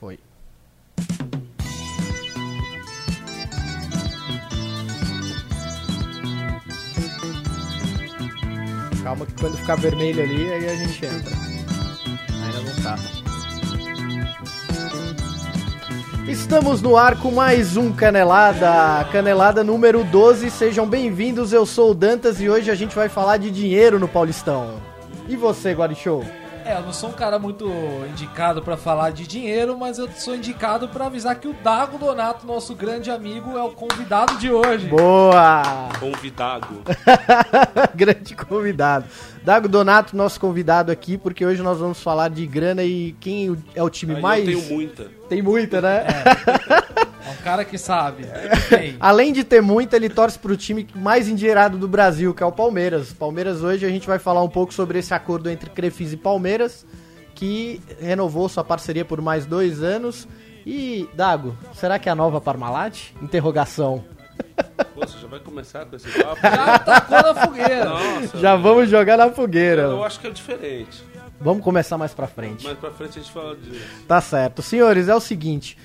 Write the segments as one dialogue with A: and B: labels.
A: Foi. Calma que quando ficar vermelho ali, aí a gente entra.
B: Ainda não tá.
A: Estamos no ar com mais um Canelada, Canelada número 12. Sejam bem-vindos, eu sou o Dantas e hoje a gente vai falar de dinheiro no Paulistão. E você, Guarichou?
C: É, eu não sou um cara muito indicado pra falar de dinheiro, mas eu sou indicado pra avisar que o Dago Donato, nosso grande amigo, é o convidado de hoje.
A: Boa!
B: Convidado.
A: Grande convidado. Dago Donato, nosso convidado aqui, porque hoje nós vamos falar de grana e quem é o time
B: Aí
A: mais.
B: Eu tenho muita.
A: Tem muita, né?
C: É um cara que sabe. Tem.
A: Além de ter muita, ele torce pro time mais endinheirado do Brasil, que é o Palmeiras. Palmeiras hoje a gente vai falar um pouco sobre esse acordo entre Crefis e Palmeiras, que renovou sua parceria por mais dois anos. E, Dago, será que é a nova Parmalat? Interrogação.
B: Pô, você já vai começar com esse papo?
C: Já tacou na fogueira.
B: Nossa.
A: Já
B: velho.
A: vamos jogar na fogueira.
B: Eu acho que é diferente.
A: Vamos começar mais pra frente.
B: Mais pra frente a gente fala disso.
A: Tá certo. Senhores, é o seguinte.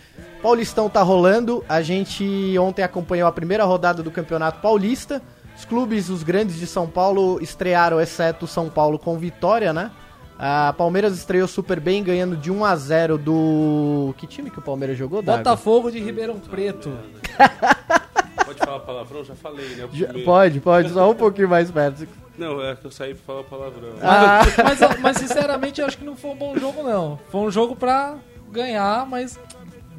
A: Paulistão tá rolando. A gente ontem acompanhou a primeira rodada do Campeonato Paulista. Os clubes, os grandes de São Paulo, estrearam, exceto o São Paulo, com vitória, né? A Palmeiras estreou super bem, ganhando de 1 a 0 do. Que time que o Palmeiras jogou, Dago?
C: Botafogo de Ribeirão Preto.
B: Pode falar palavrão? Já falei, né? o
A: Já-
B: primeiro.
A: Pode, pode, só um pouquinho mais perto.
B: Não, é que eu saí pra falar palavrão.
A: Ah,
C: Mas, mas, sinceramente, eu acho que não foi um bom jogo, não. Foi um jogo pra ganhar, mas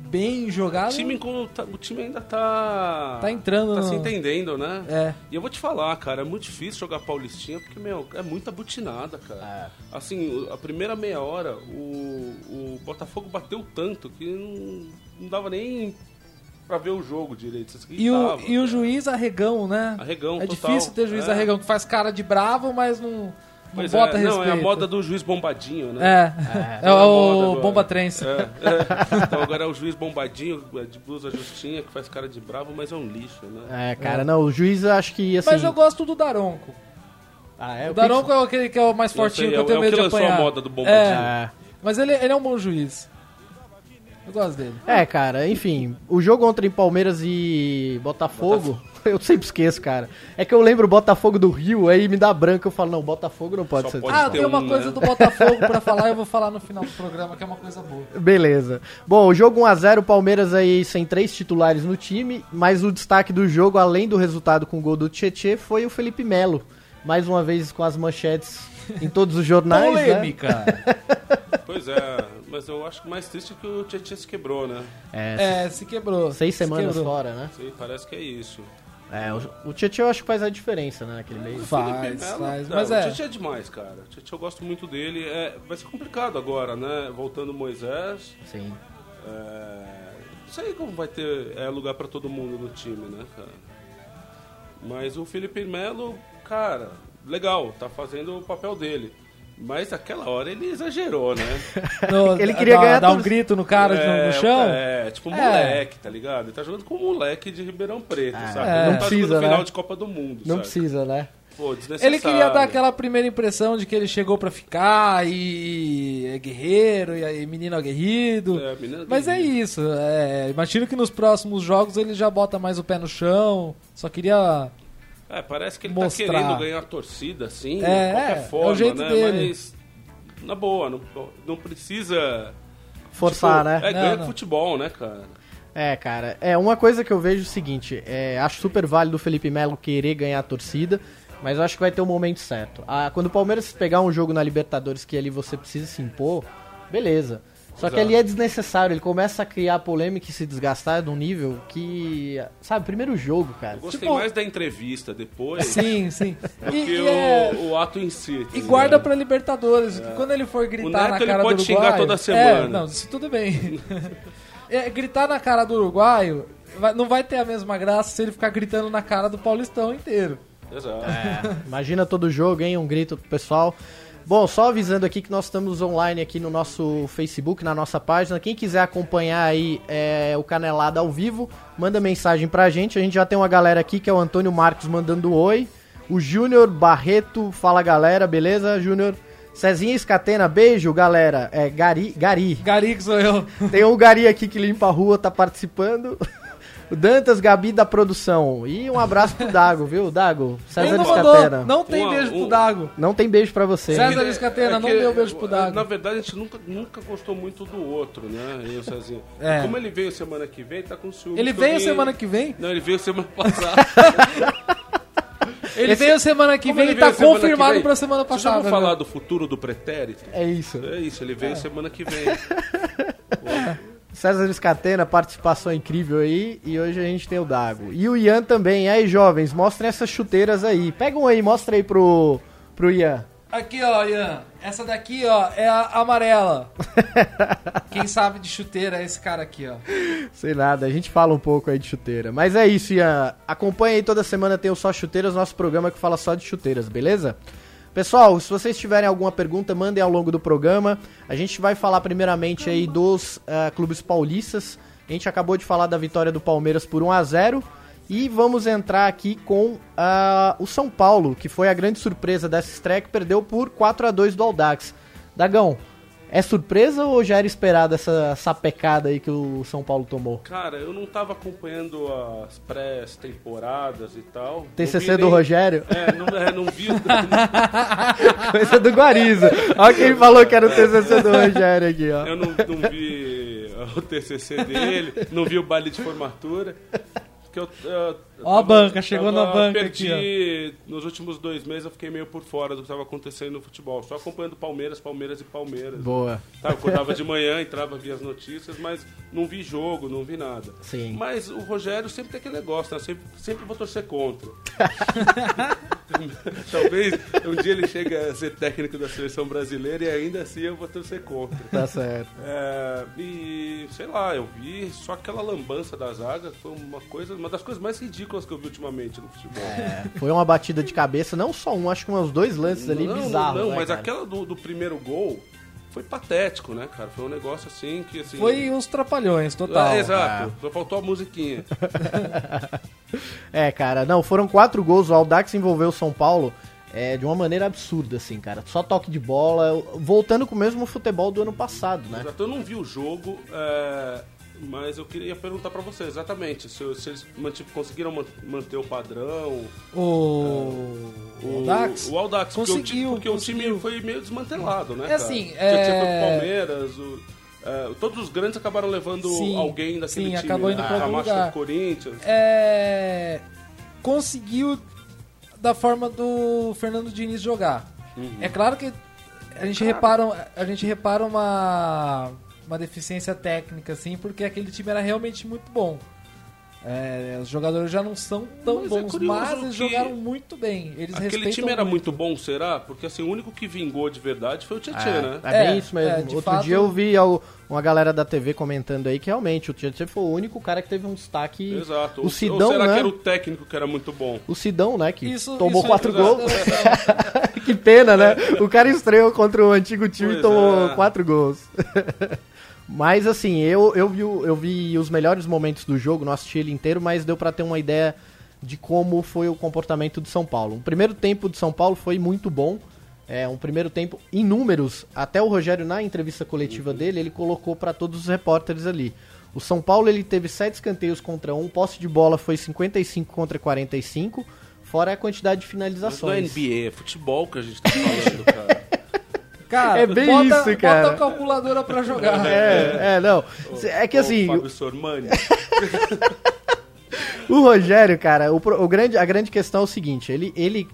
C: bem
B: O
C: jogado.
B: time, com- tá- o time ainda tá.
C: Tá entrando
B: Tá
C: no-
B: se entendendo, né?
C: É.
B: E eu vou te falar, cara, é muito difícil jogar Paulistinha porque, meu, é muita butinada, cara. Assim, o- a primeira meia hora, o, o Botafogo bateu tanto que não, não dava nem pra ver o jogo direito. Vocês
C: E o,
B: gritavam,
C: e o
B: cara.
C: juiz arregão, né?
B: Arregão,
C: É
B: total.
C: difícil ter juiz
B: É.
C: arregão, que faz cara de bravo, mas não, não
B: Pois
C: bota
B: é,
C: respeito. né?
B: Não, é a moda do juiz bombadinho, né?
C: É, é,
B: Tá na moda
C: o
B: agora.
C: Bomba Trance.
B: É, é. Então agora é o juiz bombadinho, é de blusa justinha, que faz cara de bravo, mas é um lixo, né?
A: É, cara, não, o juiz acho que assim.
C: Mas eu gosto do Daronco.
A: Ah, é,
C: O
A: o
C: Daronco é aquele que é o mais
B: Eu
C: fortinho
B: sei,
C: que eu
B: é o-
C: tenho
B: é o
C: medo
B: que
C: de
B: lançou a
C: apanhar.
B: moda do Bomba
C: é,
B: Trance.
A: É.
C: Mas ele, ele é um bom juiz. Eu gosto dele.
A: É, cara, enfim, o jogo entre Palmeiras e Botafogo, eu sempre esqueço, cara. É que eu lembro o Botafogo do Rio, aí me dá branco, eu falo, não, Botafogo não pode
B: Só
A: ser. assim."
B: pode
C: ah,
B: ter
C: tem uma
B: um,
C: coisa
B: né?
C: do Botafogo pra falar, eu vou falar no final do programa, que é uma coisa boa.
A: Beleza. Bom, o jogo 1x0, Palmeiras aí sem três titulares no time, mas o destaque do jogo, além do resultado com o gol do Tietê, foi o Felipe Melo. Mais uma vez com as manchetes em todos os jornais, né?
C: Polêmica.
B: Pois é, mas eu acho que o mais triste é que o Tietchan se quebrou, né?
A: É,
C: É, se quebrou.
A: seis
C: se
A: semanas
C: quebrou.
A: fora, né?
B: Sei, parece que é isso.
A: É, o, o Tietê eu acho que faz a diferença, né, naquele meio.
C: Faz,
B: Ela-
C: faz.
B: Não,
C: Mas
B: o
C: é.
B: Tietchan é demais, cara. O Tietchan eu gosto muito dele. É, vai ser complicado agora, né? Voltando o Moisés.
A: Sim.
B: É, não sei como vai ter é, lugar pra todo mundo no time, né, cara? Mas o Felipe Melo, cara, legal, tá fazendo o papel dele. Mas aquela hora ele exagerou, né?
C: No-
A: Ele queria
C: dá,
A: ganhar
C: dá um
A: todos-
C: grito no cara de- no,
B: É,
C: no chão.
B: É, tipo moleque, tá ligado? Ele tá jogando com moleque de Ribeirão Preto,
C: é.
B: sabe?
A: não
B: Ele tá
A: precisa,
B: jogando final
A: né?
B: de Copa do Mundo,
A: Não
B: sabe?
A: precisa, né?
B: Pô,
C: Ele
B: desnecessário.
C: queria dar aquela primeira impressão de que ele chegou pra ficar e é guerreiro, e aí menino aguerrido.
B: É, menino
C: Mas é
B: aguerrido.
C: isso. é, imagino que nos próximos jogos ele já bota mais o pé no chão. Só queria.
B: É, parece que ele
C: Mostrar.
B: tá querendo ganhar torcida,
C: É,
B: assim, de
C: é, é
B: qualquer
C: o
B: forma,
C: jeito
B: né?
C: dele.
B: Mas, na boa, não, não precisa...
A: Forçar,
B: tipo,
A: né?
B: É, ganha
C: Não,
B: com
C: não.
B: futebol, né, cara?
A: É, cara, é uma coisa que eu vejo é o seguinte, é, acho super válido o Felipe Melo querer ganhar a torcida, mas eu acho que vai ter o momento certo. Ah, quando o Palmeiras pegar um jogo na Libertadores que ali você precisa se impor, beleza. Só que
B: Exato.
A: ali é desnecessário, ele começa a criar polêmica e se desgastar de um nível que. Sabe, primeiro jogo, cara.
B: Eu gostei
C: Tipo-
B: mais da entrevista depois
C: Sim, sim.
B: do
C: E,
B: que
C: e
B: o,
C: é-
B: o ato em si. tá
C: e
B: ligado?
C: guarda pra Libertadores. Que quando ele for gritar
B: O Neto,
C: na
B: ele
C: cara do
B: pode xingar
C: Uruguaio.
B: toda semana.
C: É, não, isso tudo bem. É, gritar na cara do uruguaio vai- não vai ter a mesma graça se ele ficar gritando na cara do paulistão inteiro.
B: Exato.
A: Imagina todo jogo, hein? Um grito pro pessoal. Bom, só avisando aqui que nós estamos online aqui no nosso Facebook, na nossa página. Quem quiser acompanhar aí é, o Canelada ao vivo, manda mensagem pra gente. A gente já tem uma galera aqui que é o Antônio Marcos mandando um oi. O Júnior Barreto, fala galera, beleza, Júnior? Cezinha Escatena, beijo, galera. É Gari. Gari.
C: Gari que sou eu.
A: Tem um Gari aqui que limpa a rua, tá participando. O Dantas Gabi da produção. E um abraço pro Dago, viu, Dago?
C: Ele
A: César
C: não mandou.
A: Escatena. Não...
C: Não tem
B: Um a
C: beijo
B: um.
C: pro Dago.
A: tem beijo pra você.
C: César-
B: É que-
C: Escatena,
B: é
C: não
B: que,
C: deu beijo pro Dago.
B: Na verdade, a gente nunca, nunca gostou muito do outro, né? Eu, Cezinha.
C: É.
B: Como ele veio semana que vem, tá com ciúme.
C: Ele
B: que
C: veio
B: eu vim-
C: semana que vem?
B: Não, ele veio semana passada.
C: Ele veio semana que
B: Como
C: vem
B: ele
C: e tá
B: veio semana que
C: confirmado
B: vem?
C: pra semana
B: Vocês já
C: passada.
B: vão falar
C: né?
B: do futuro do pretérito?
A: É isso.
B: É isso, ele veio semana que vem.
A: César Escatena, participação incrível aí. E hoje a gente tem o Dago. E o Ian também. E aí, jovens, mostrem essas chuteiras aí. Pega um aí, mostra aí pro, pro Ian.
C: Aqui, ó, Ian. Essa daqui, ó, é a amarela. Quem sabe de chuteira é esse cara aqui, ó.
A: Sei nada, a gente fala um pouco aí de chuteira. Mas é isso, Ian. Acompanha aí toda semana tem o Só Chuteiras, nosso programa que fala só de chuteiras, beleza? Pessoal, se vocês tiverem alguma pergunta, mandem ao longo do programa. A gente vai falar primeiramente aí dos ah, clubes paulistas. A gente acabou de falar da vitória do Palmeiras por 1 a 0 e vamos entrar aqui com ah, o São Paulo, que foi a grande surpresa dessa estreia que perdeu por 4 a 2 do Aldax. Dagão, é surpresa ou já era esperada essa sapecada aí que o São Paulo tomou?
B: Cara, eu não tava acompanhando as pré-temporadas e tal.
A: TCC
B: Não vi
A: do
B: nem-
A: Rogério?
B: É, não, é, não vi.
A: Coisa do Guariza. Olha quem falou que era o TCC do Rogério aqui, ó.
B: Eu não, não vi o TCC dele, não vi o baile de formatura. Que eu, eu,
C: Ó a banca, chegou na banca
B: perdi,
C: aqui,
B: Nos últimos dois meses eu fiquei meio por fora do que estava acontecendo no futebol. Só acompanhando Palmeiras, Palmeiras e Palmeiras.
A: Boa.
B: Tá, eu acordava de manhã, entrava, via as notícias, mas não vi jogo, não vi nada.
A: Sim.
B: Mas o Rogério sempre tem aquele negócio, né? Sempre, sempre vou torcer contra. Talvez um dia ele chegue a ser técnico da seleção brasileira e ainda assim eu vou torcer contra.
A: Tá certo.
B: É, e sei lá, eu vi só aquela lambança da zaga, foi uma coisa, uma das coisas mais ridículas que eu vi ultimamente no futebol.
A: Foi uma batida de cabeça, não só um, acho que uns dois lances ali
B: não,
A: bizarros.
B: Não,
A: né,
B: mas
A: cara?
B: aquela do, do primeiro gol foi patético, né, cara? Foi um negócio assim que assim.
C: Foi uns trapalhões, total.
B: É, exato, só faltou a musiquinha.
A: É, cara, não, foram quatro gols. O Aldax envolveu o São Paulo é, de uma maneira absurda, assim, cara. Só toque de bola, voltando com o mesmo futebol do ano passado, né?
B: Exato, eu não vi o jogo, é, mas eu queria perguntar pra você exatamente se, se eles mantive- conseguiram man- manter o padrão.
C: O. O Dax?
B: Ah. O Aldax, porque, o ti-
C: Conseguiu,
B: porque o time foi meio desmantelado, né?
C: É
B: cara?
C: assim,
B: Porque
C: é-
B: tinha o Palmeiras, o- é, todos os grandes acabaram levando
C: Sim,
B: alguém daquele
C: sim,
B: time.
C: acabou indo
B: né?
C: pra algum
B: Camacho
C: lugar.
B: do Corinthians.
C: É, conseguiu da forma do Fernando Diniz jogar.
B: Uhum.
C: É claro que a gente repara, um, a gente repara uma, uma deficiência técnica, assim, porque aquele time era realmente muito bom. É, os jogadores já não são tão
B: Mas é
C: bons,
B: curioso
C: mas eles
B: que
C: jogaram muito bem. Eles
B: Aquele
C: respeitam
B: time era
C: muito.
B: muito bom, será? Porque assim, o único que vingou de verdade foi o Tietchan, né?
A: É, é bem
C: É,
A: isso mesmo.
C: é, de
A: Outro
C: fato-
A: dia eu vi al- uma galera da TV comentando aí que realmente o Tietchan foi o único cara que teve um destaque.
B: Exato.
A: O
B: Ou-
A: Sidão,
B: ou será
A: né?
B: que era o técnico que era muito bom?
A: O Sidão, né? Que
C: Isso-
A: tomou
C: isso é
A: quatro
C: verdade.
A: gols. que pena, né? O cara estreou contra o antigo time e
B: É. Pois
A: tomou
B: é.
A: quatro gols. mas assim, eu, eu, vi, o- eu vi os melhores momentos do jogo, não assisti ele inteiro, mas deu pra ter uma ideia de como foi o comportamento do São Paulo. O primeiro tempo do São Paulo foi muito bom. É, um primeiro tempo em números. Até o Rogério, na entrevista coletiva
B: Uhum.
A: dele, ele colocou pra todos os repórteres ali. O São Paulo ele teve sete escanteios contra um, posse de bola foi 55 contra 45, fora a quantidade de
B: Mas não é
A: finalizações.
B: NBA, é futebol que a gente tá falando, cara.
C: Cara,
A: É bem
C: bota,
A: isso, cara.
C: Bota a calculadora pra jogar.
A: É, é, não. É que
B: Ô,
A: assim,
B: Fábio Sormani.
A: o Rogério, cara, o, pro- o grande, a grande questão é o seguinte: ele, ele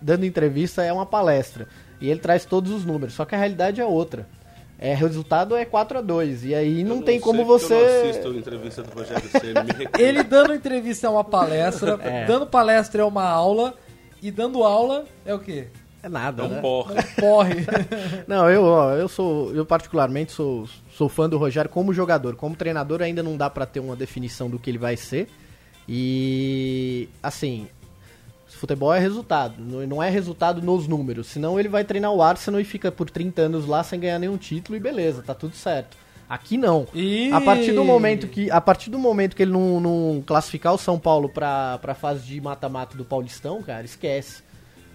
A: dando entrevista é uma palestra. E ele traz todos os números, só que a realidade é outra. É, resultado é 4 a 2 E aí não,
B: Eu
A: tem
B: sei
A: como
B: porque
A: você.
B: Eu não assisto a entrevista do Rogério Ceni, me recuso.
C: Ele dando entrevista é uma palestra,
A: É.
C: dando palestra é uma aula, e dando aula é o quê?
A: É nada,
B: é um
A: né?
B: porra.
C: Porre.
A: Não, eu, ó, eu sou, eu particularmente sou, sou fã do Rogério como jogador, como treinador ainda não dá pra ter uma definição do que ele vai ser. E assim, futebol é resultado, não não é resultado nos números, senão ele vai treinar o Arsenal e fica por 30 anos lá sem ganhar nenhum título e beleza, tá tudo certo. Aqui não.
C: E-
A: A partir do momento que a partir do momento que ele não, não classificar o São Paulo pra pra fase de mata-mata do Paulistão, cara, esquece.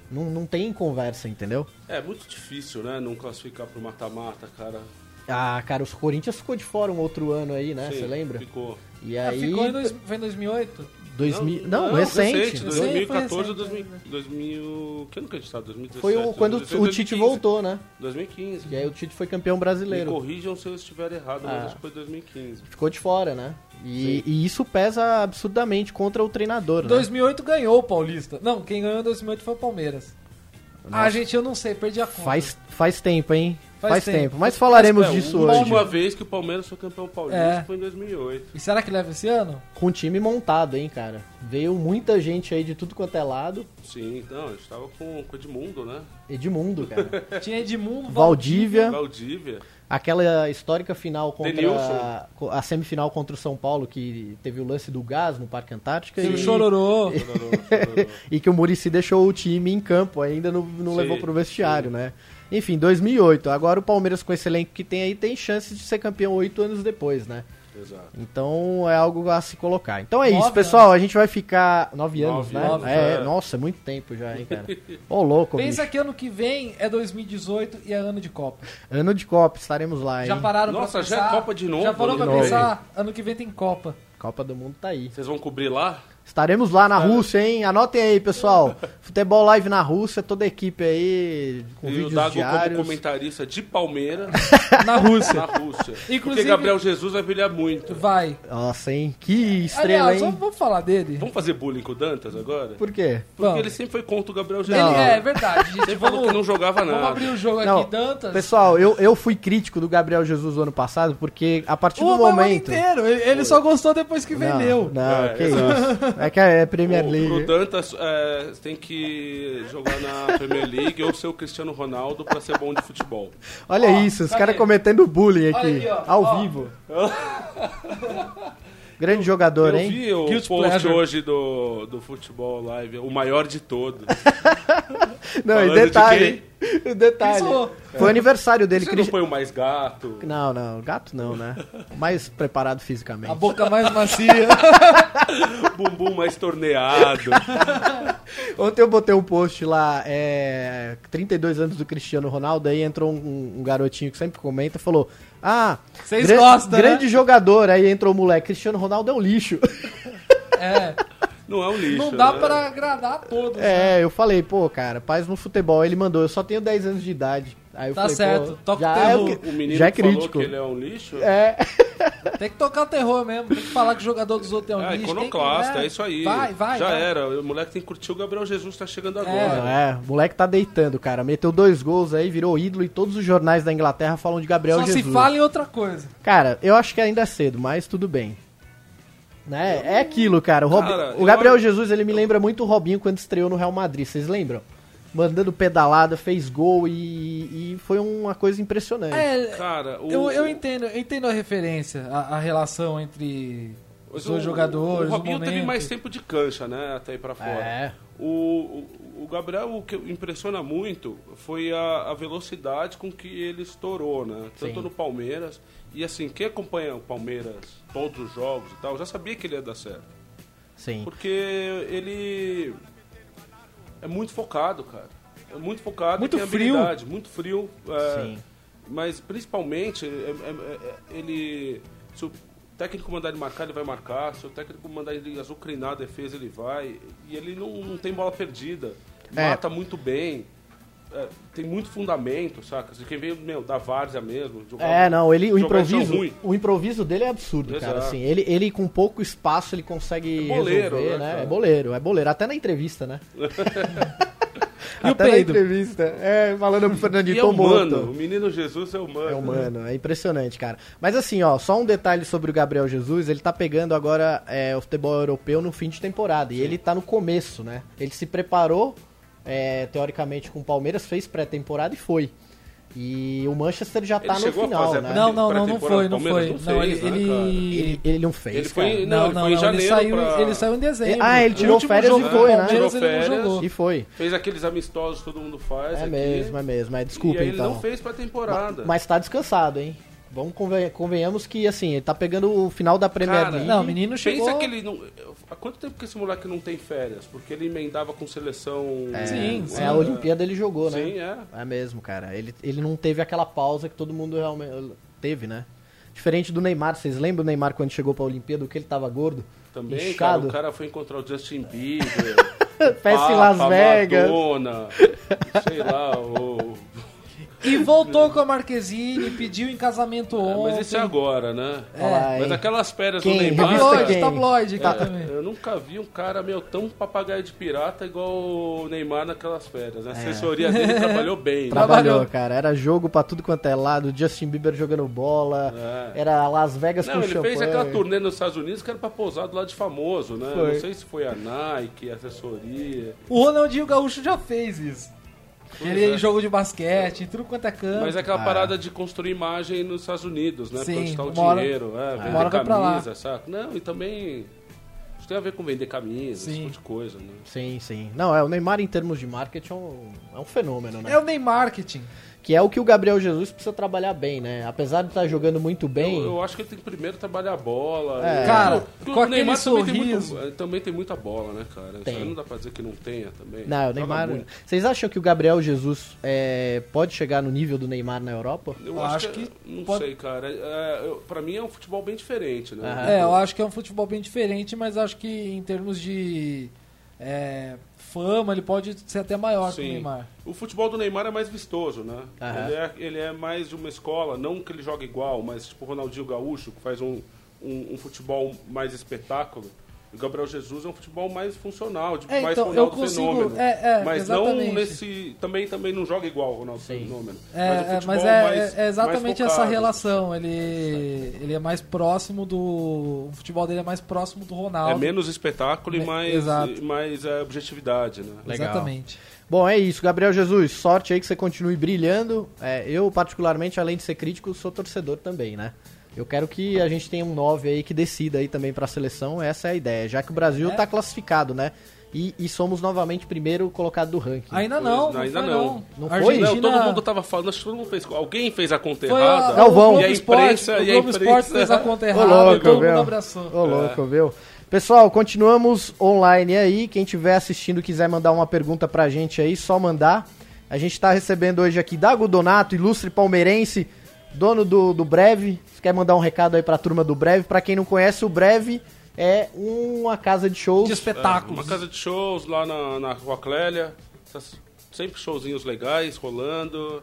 A: Não, não tem conversa, entendeu?
B: É muito difícil, né? Não classificar pro mata-mata, cara.
A: Ah, cara, o Corinthians ficou de fora um outro ano aí, né?
B: Sei,
A: Você lembra?
B: Ficou.
A: E
C: Ah,
A: aí. Né?
C: Ficou em dois, foi em 2008?
A: dois mil- Não, recente.
C: dois-
B: 2014,
C: Recente,
B: 2000,
C: foi
B: 2000... Que ano que a gente tá? 2017?
A: Foi o, quando o
B: 2016,
A: Tite voltou, né?
B: 2015.
A: E aí o Tite foi campeão
B: Me
A: brasileiro.
B: corrijam se eu estiver errado, mas
A: Ah.
B: acho que foi 2015.
A: Ficou de fora, né? E, e isso pesa absurdamente contra o treinador, né?
C: 2008 ganhou o Paulista. Não, quem ganhou em 2008 foi o Palmeiras. Ah, gente, eu não sei, perdi a conta.
A: Faz, faz tempo, hein?
C: Faz
A: Faz,
C: tempo.
A: tempo. Mas falaremos
B: É,
A: disso
B: a
A: hoje.
B: última vez que o Palmeiras foi campeão paulista
C: É.
B: foi em 2008.
C: E será que leva esse ano?
A: Com o time montado, hein, cara? Veio muita gente aí de tudo quanto é lado.
B: Sim, não, a gente tava com, com o Edmundo, né?
A: Edmundo, cara.
C: Tinha Edmundo,
A: Valdívia.
B: Valdívia.
A: Aquela histórica final contra.
B: Denilson.
A: co- A semifinal contra o São Paulo, que teve o lance do gás no Parque Antártica.
C: Teve
A: E,
C: o Chororô.
B: Chororô, chororô.
A: e que o Murici deixou o time em campo, ainda não, não
B: Sim,
A: levou pro vestiário, né? Enfim, 2008. Agora o Palmeiras, com esse elenco que tem aí, tem chances de ser campeão oito anos depois, né?
B: Exato.
A: Então é algo a se colocar. Então é
C: Nove
A: isso, pessoal. A gente vai ficar. Nove anos,
B: Nove
A: né?
C: anos,
A: é,
B: é.
A: nossa, é muito tempo já, hein, cara. Ô, louco, bicho.
C: Pensa que ano que vem é 2018 e é ano de Copa.
A: Ano de Copa, estaremos lá, hein?
C: Já pararam pra
B: Nossa,
C: pensar?
B: já é Copa de novo?
C: Já parou
B: De
C: pra
A: novo.
C: pensar? Ano que vem tem Copa.
A: Copa do Mundo tá aí.
B: Vocês vão cobrir lá?
A: Estaremos lá na Rússia, hein? Anotem aí, pessoal. Futebol Live na Rússia, toda a equipe aí, com
B: e o
A: vídeos
B: Dago como
A: diários.
B: comentarista de Palmeiras
C: Na
B: na
C: Rússia.
B: Rússia. Porque
C: Inclusive-
B: Gabriel Jesus vai brilhar muito.
C: Vai.
A: Nossa, hein? Que estrela,
C: Aliás, vamos-
A: hein?
C: vamos falar dele?
B: Vamos fazer bullying com o Dantas agora? Porque
A: Por quê?
C: Vamos.
B: ele sempre foi contra o Gabriel
C: Ele,
B: Jesus.
C: é, é verdade, gente.
B: Ele falou que não jogava
C: Vamos
B: nada.
C: abrir o jogo
A: Não,
C: aqui, Dantas.
A: Pessoal, eu, eu fui crítico do Gabriel Jesus no ano passado, porque a partir
C: O
A: do
C: ano
A: momento.
C: inteiro. Ele, ele só gostou depois que vendeu.
A: Não, não
B: É,
A: que
B: exato.
A: isso. É que é Premier
B: O-
A: League.
B: Pro Dantas, é, tem que jogar na Premier League ou ser o Cristiano Ronaldo pra ser bom de futebol.
A: Olha
C: Ó,
A: isso, os
C: tá
A: caras
C: aqui.
A: cometendo bullying
C: Olha
A: aqui,
C: aqui, ó,
A: ao
C: ó.
A: vivo. Grande jogador,
B: Eu
A: hein?
B: vi o
C: Guilty
B: post
C: pleasure.
B: hoje do, do Futebol Live, o maior de todos.
A: Não, e
B: Falando de
A: detalhe. O detalhe.
C: Pensou.
A: Foi o aniversário dele.
B: Você não
A: Cris-
B: põe o mais gato.
A: Não, não, gato não, né? Mais preparado fisicamente.
C: A boca mais macia.
B: bumbum mais torneado.
A: Ontem eu botei um post lá, é, 32 anos do Cristiano Ronaldo, aí entrou um, um garotinho que sempre comenta e falou: Ah,
C: Vocês gostam, né?"
A: grande jogador. Aí entrou o moleque: Cristiano Ronaldo é um lixo.
C: É.
B: Não é um lixo.
C: Não dá
B: né?
C: pra agradar a todos. né?
A: É, eu falei, pô, cara, paz no futebol. Ele mandou, eu só tenho 10 anos de idade. Aí eu
C: Tá
A: falei,
C: certo,
A: pô,
C: toca o
A: já é,
C: terror.
A: o que-
B: O menino
A: já é
B: que falou
A: crítico.
B: que ele é um lixo.
A: É,
C: né? Tem que tocar o terror mesmo. Tem que falar que o jogador dos outros é um
B: É,
C: lixo, tem que-
B: iconoclasta, é isso aí.
C: Vai, vai.
B: Já é.
C: vai.
B: era. O moleque tem que curtir o Gabriel Jesus, tá chegando
A: Não,
B: agora.
A: é, o moleque tá deitando, cara. Meteu dois gols aí, virou ídolo e todos os jornais da Inglaterra falam de Gabriel
C: Só
A: Jesus.
C: se fala em outra coisa.
A: Cara, eu acho que ainda é cedo, mas tudo bem. Né? É aquilo, cara. O, Robi-
B: Cara,
A: o
B: eu
A: Gabriel
B: acho-
A: Jesus, ele me lembra muito o Robinho quando estreou no Real Madrid, vocês lembram? Mandando pedalada, fez gol e, e foi uma coisa impressionante.
C: É,
B: Cara, o,
C: eu, eu entendo, eu entendo a referência, a, a relação entre os dois jogadores,
B: O
C: o,
B: Robinho
C: momento.
B: teve mais tempo de cancha, né? Até ir pra fora.
A: É.
B: O, o, o Gabriel, o que impressiona muito foi a, a velocidade com que ele estourou, né? Tanto
A: Sim.
B: no Palmeiras. E assim, quem acompanha o Palmeiras, todos os jogos e tal, já sabia que ele ia dar certo.
A: Sim.
B: Porque ele é muito focado, cara. É muito focado,
C: Muito
B: tem
C: frio.
B: habilidade, muito frio. é,
A: Sim.
B: Mas principalmente, é- é- é- é- ele. Se o técnico mandar ele marcar, ele vai marcar. Se o técnico mandar ele azucrinar a defesa, ele vai. E ele não, não tem bola perdida.
A: É.
B: Mata muito bem. é, tem muito fundamento, saca? Se Quem veio, meu, da várzea mesmo. jogar-
A: É, não, ele, o
B: jogar em chão
A: improviso,
B: ruim.
A: o improviso dele é absurdo, cara.
B: Exato.
A: Assim, ele, ele com pouco espaço ele consegue
B: É boleiro,
A: resolver,
B: né,
A: né?
B: cara?
A: É boleiro, é boleiro, até na entrevista, né?
C: E o
A: até na
C: peido?
A: entrevista. É, falando pro Fernandinho,
B: E é
A: tô
B: humano. O
A: morto.
B: menino Jesus é humano.
A: É humano, é impressionante, cara. Mas assim, ó, só um detalhe sobre o Gabriel Jesus, ele tá pegando agora é, o futebol europeu no fim de temporada, e ele tá no começo, né? Ele se preparou, é, teoricamente, com o Palmeiras, fez pré-temporada e foi. E o Manchester já
B: Ele
A: tá no
B: chegou a
A: final,
B: fazer a
A: né?
B: pré-
C: Não, não, não, não
B: pré-temporada
C: foi,
B: do
C: não foi.
B: Palmeiras
C: Não,
B: não fez,
C: ele,
B: né, cara?
C: ele-
A: Ele, ele não fez.
B: Ele foi-
A: cara.
B: Não, ele foi em
C: ele
B: janeiro
C: saiu,
B: pra-
C: ele saiu em dezembro.
A: Ah, ele
C: O
A: tirou
C: último
A: férias
C: jogo
A: e
C: do
A: foi, né?
C: Palmeiras,
B: Tirou
C: ele não
B: férias.
C: jogou.
A: E foi.
B: Fez aqueles amistosos que todo mundo faz.
A: É
B: aqui.
A: mesmo, é mesmo. É, desculpa
B: e aí
A: então.
B: ele não fez pra temporada.
A: Mas tá descansado, hein? Vamos conven- convenhamos que, assim, ele tá pegando o final da Premier
B: Cara,
A: League.
C: Não, o menino chegou...
B: Pensa que ele não. Há quanto tempo que esse moleque não tem férias? Porque ele emendava com seleção. né?
A: É,
C: Sim,
A: é,
C: sim.
A: a Olimpíada ele jogou, né?
B: Sim, é.
A: É mesmo, cara. Ele, ele não teve aquela pausa que todo mundo realmente teve, né? Diferente do Neymar, vocês lembram do Neymar quando chegou pra Olimpíada, o que ele tava gordo?
B: Também, cara,
A: inchado?
B: o cara foi encontrar o Justin Bieber.
A: Festa em
B: Papa,
A: Las Vegas.
B: Madonna, sei lá, o.
C: E voltou com a Marquezine, pediu em casamento
B: É,
C: ontem.
B: mas isso é agora, né?
A: Olha lá, hein?
B: Mas aquelas férias
A: Quem?
B: do Neymar.
A: Revista
C: Tabloide,
A: Quem?
C: tabloide,
B: cara,
C: cara, também.
B: eu nunca vi um cara, meu, tão papagaio de pirata igual o Neymar naquelas férias.
C: É.
B: né? A assessoria dele trabalhou bem. né?
A: Trabalhou,
C: Trabalhou.
A: cara. Era jogo pra tudo quanto é lado. Justin Bieber jogando bola.
B: É.
A: Era Las Vegas
B: Não,
A: com
B: ele
A: champanhe.
B: fez aquela turnê nos Estados Unidos que era pra pousar do lado de famoso, né?
A: Foi.
B: Não sei se foi a Nike, a assessoria.
C: O Ronaldinho Gaúcho já fez isso. ele
B: é.
C: em jogo de basquete, em tudo quanto é campo.
B: Mas é aquela parada de construir imagem nos Estados Unidos, né?
C: Sim,
B: Pra onde tá o
C: uma hora-
B: dinheiro, é, vender
C: hora vai pra lá.
B: camisa, saca? Não, e também. Isso tem a ver com vender camisa,
C: Sim.
B: esse tipo de coisa, né?
A: Sim, sim. Não, é o Neymar em termos de marketing é um, é um fenômeno, né?
C: É o Neymar marketing.
A: Que é o que o Gabriel Jesus precisa trabalhar bem, né? Apesar de estar jogando muito bem,
B: Eu, eu acho que ele tem que primeiro trabalhar a bola.
A: É.
B: E-
C: Cara,
B: Porque
C: com aquele
B: também tem,
C: sorriso.
B: muito- também tem muita bola, né, cara? Isso
A: Tem.
B: aí não dá pra dizer que não tenha também.
A: Não, o
B: Joga
A: Neymar.
B: muito.
A: Vocês acham que o Gabriel Jesus é, pode chegar no nível do Neymar na Europa?
B: Eu acho, que. Não
C: pode-
B: sei, cara. É, eu- pra mim é um futebol bem diferente, né?
A: Aham.
C: É, eu acho que é um futebol bem diferente, mas acho que em termos de é, fama, ele pode ser até maior que o
B: Sim.
C: Neymar.
B: O futebol do Neymar é mais vistoso, né?
A: Aham.
B: Ele, é, ele é mais de uma escola, não que ele joga igual, mas tipo o Ronaldinho Gaúcho, que faz um, um, um futebol mais espetáculo. O Gabriel Jesus é um futebol mais funcional, de,
C: É,
B: mais
C: então, eu
B: Ronaldo
C: consigo-
B: Fenômeno.
C: é, é,
B: mas
C: exatamente.
B: não nesse. Também, também não joga igual o Ronaldo
A: Sim.
B: Fenômeno.
C: É,
B: o
C: é,
B: futebol
C: mas é,
B: mais-
C: é- é exatamente
B: mais
C: essa
B: focado. assim.
C: relação. Ele, ele é mais próximo do. O futebol dele é mais próximo do
B: É
C: Ronaldo.
B: menos espetáculo e
C: Me-
B: mais,
C: Exato.
B: e mais é, objetividade, né?
A: Legal.
C: Exatamente.
A: Bom, é isso, Gabriel Jesus. Sorte aí que você continue brilhando. É, eu, particularmente, além de ser crítico, sou torcedor também, né? Eu quero que a gente tenha um 9 aí que decida aí também pra seleção. Essa é a ideia, já que o Brasil
C: É.
A: tá classificado, né? E, e somos novamente primeiro colocado do ranking.
C: Ainda não,
B: Pois,
C: não
B: ainda
C: foi,
B: não.
C: não.
A: Não
C: A
A: foi?
C: Argentina...
B: Não, todo mundo tá tava falando, acho que todo mundo fez. Alguém fez a conta
C: Foi
B: errada.
C: a,
A: Galvão.
C: o
B: E
C: Globo
B: a
C: Esporte,
B: imprensa-
C: o
B: e a
C: Globo Esporte
B: imprensa-
C: fez a conta
A: Ô,
C: errada e
A: louco,
C: todo mundo
A: meu.
C: abraçou.
A: Ô, louco, viu? Pessoal, continuamos online aí. Quem estiver assistindo quiser mandar uma pergunta pra gente aí, só mandar. A gente tá recebendo hoje aqui Dago Donato, ilustre palmeirense, dono do, do Breve. Você quer mandar um recado aí pra turma do Breve? Pra quem não conhece, o Breve é uma casa de shows.
C: De espetáculos.
B: É, Uma casa de shows lá na, na Rua Clélia. Tá s- Sempre showzinhos legais rolando.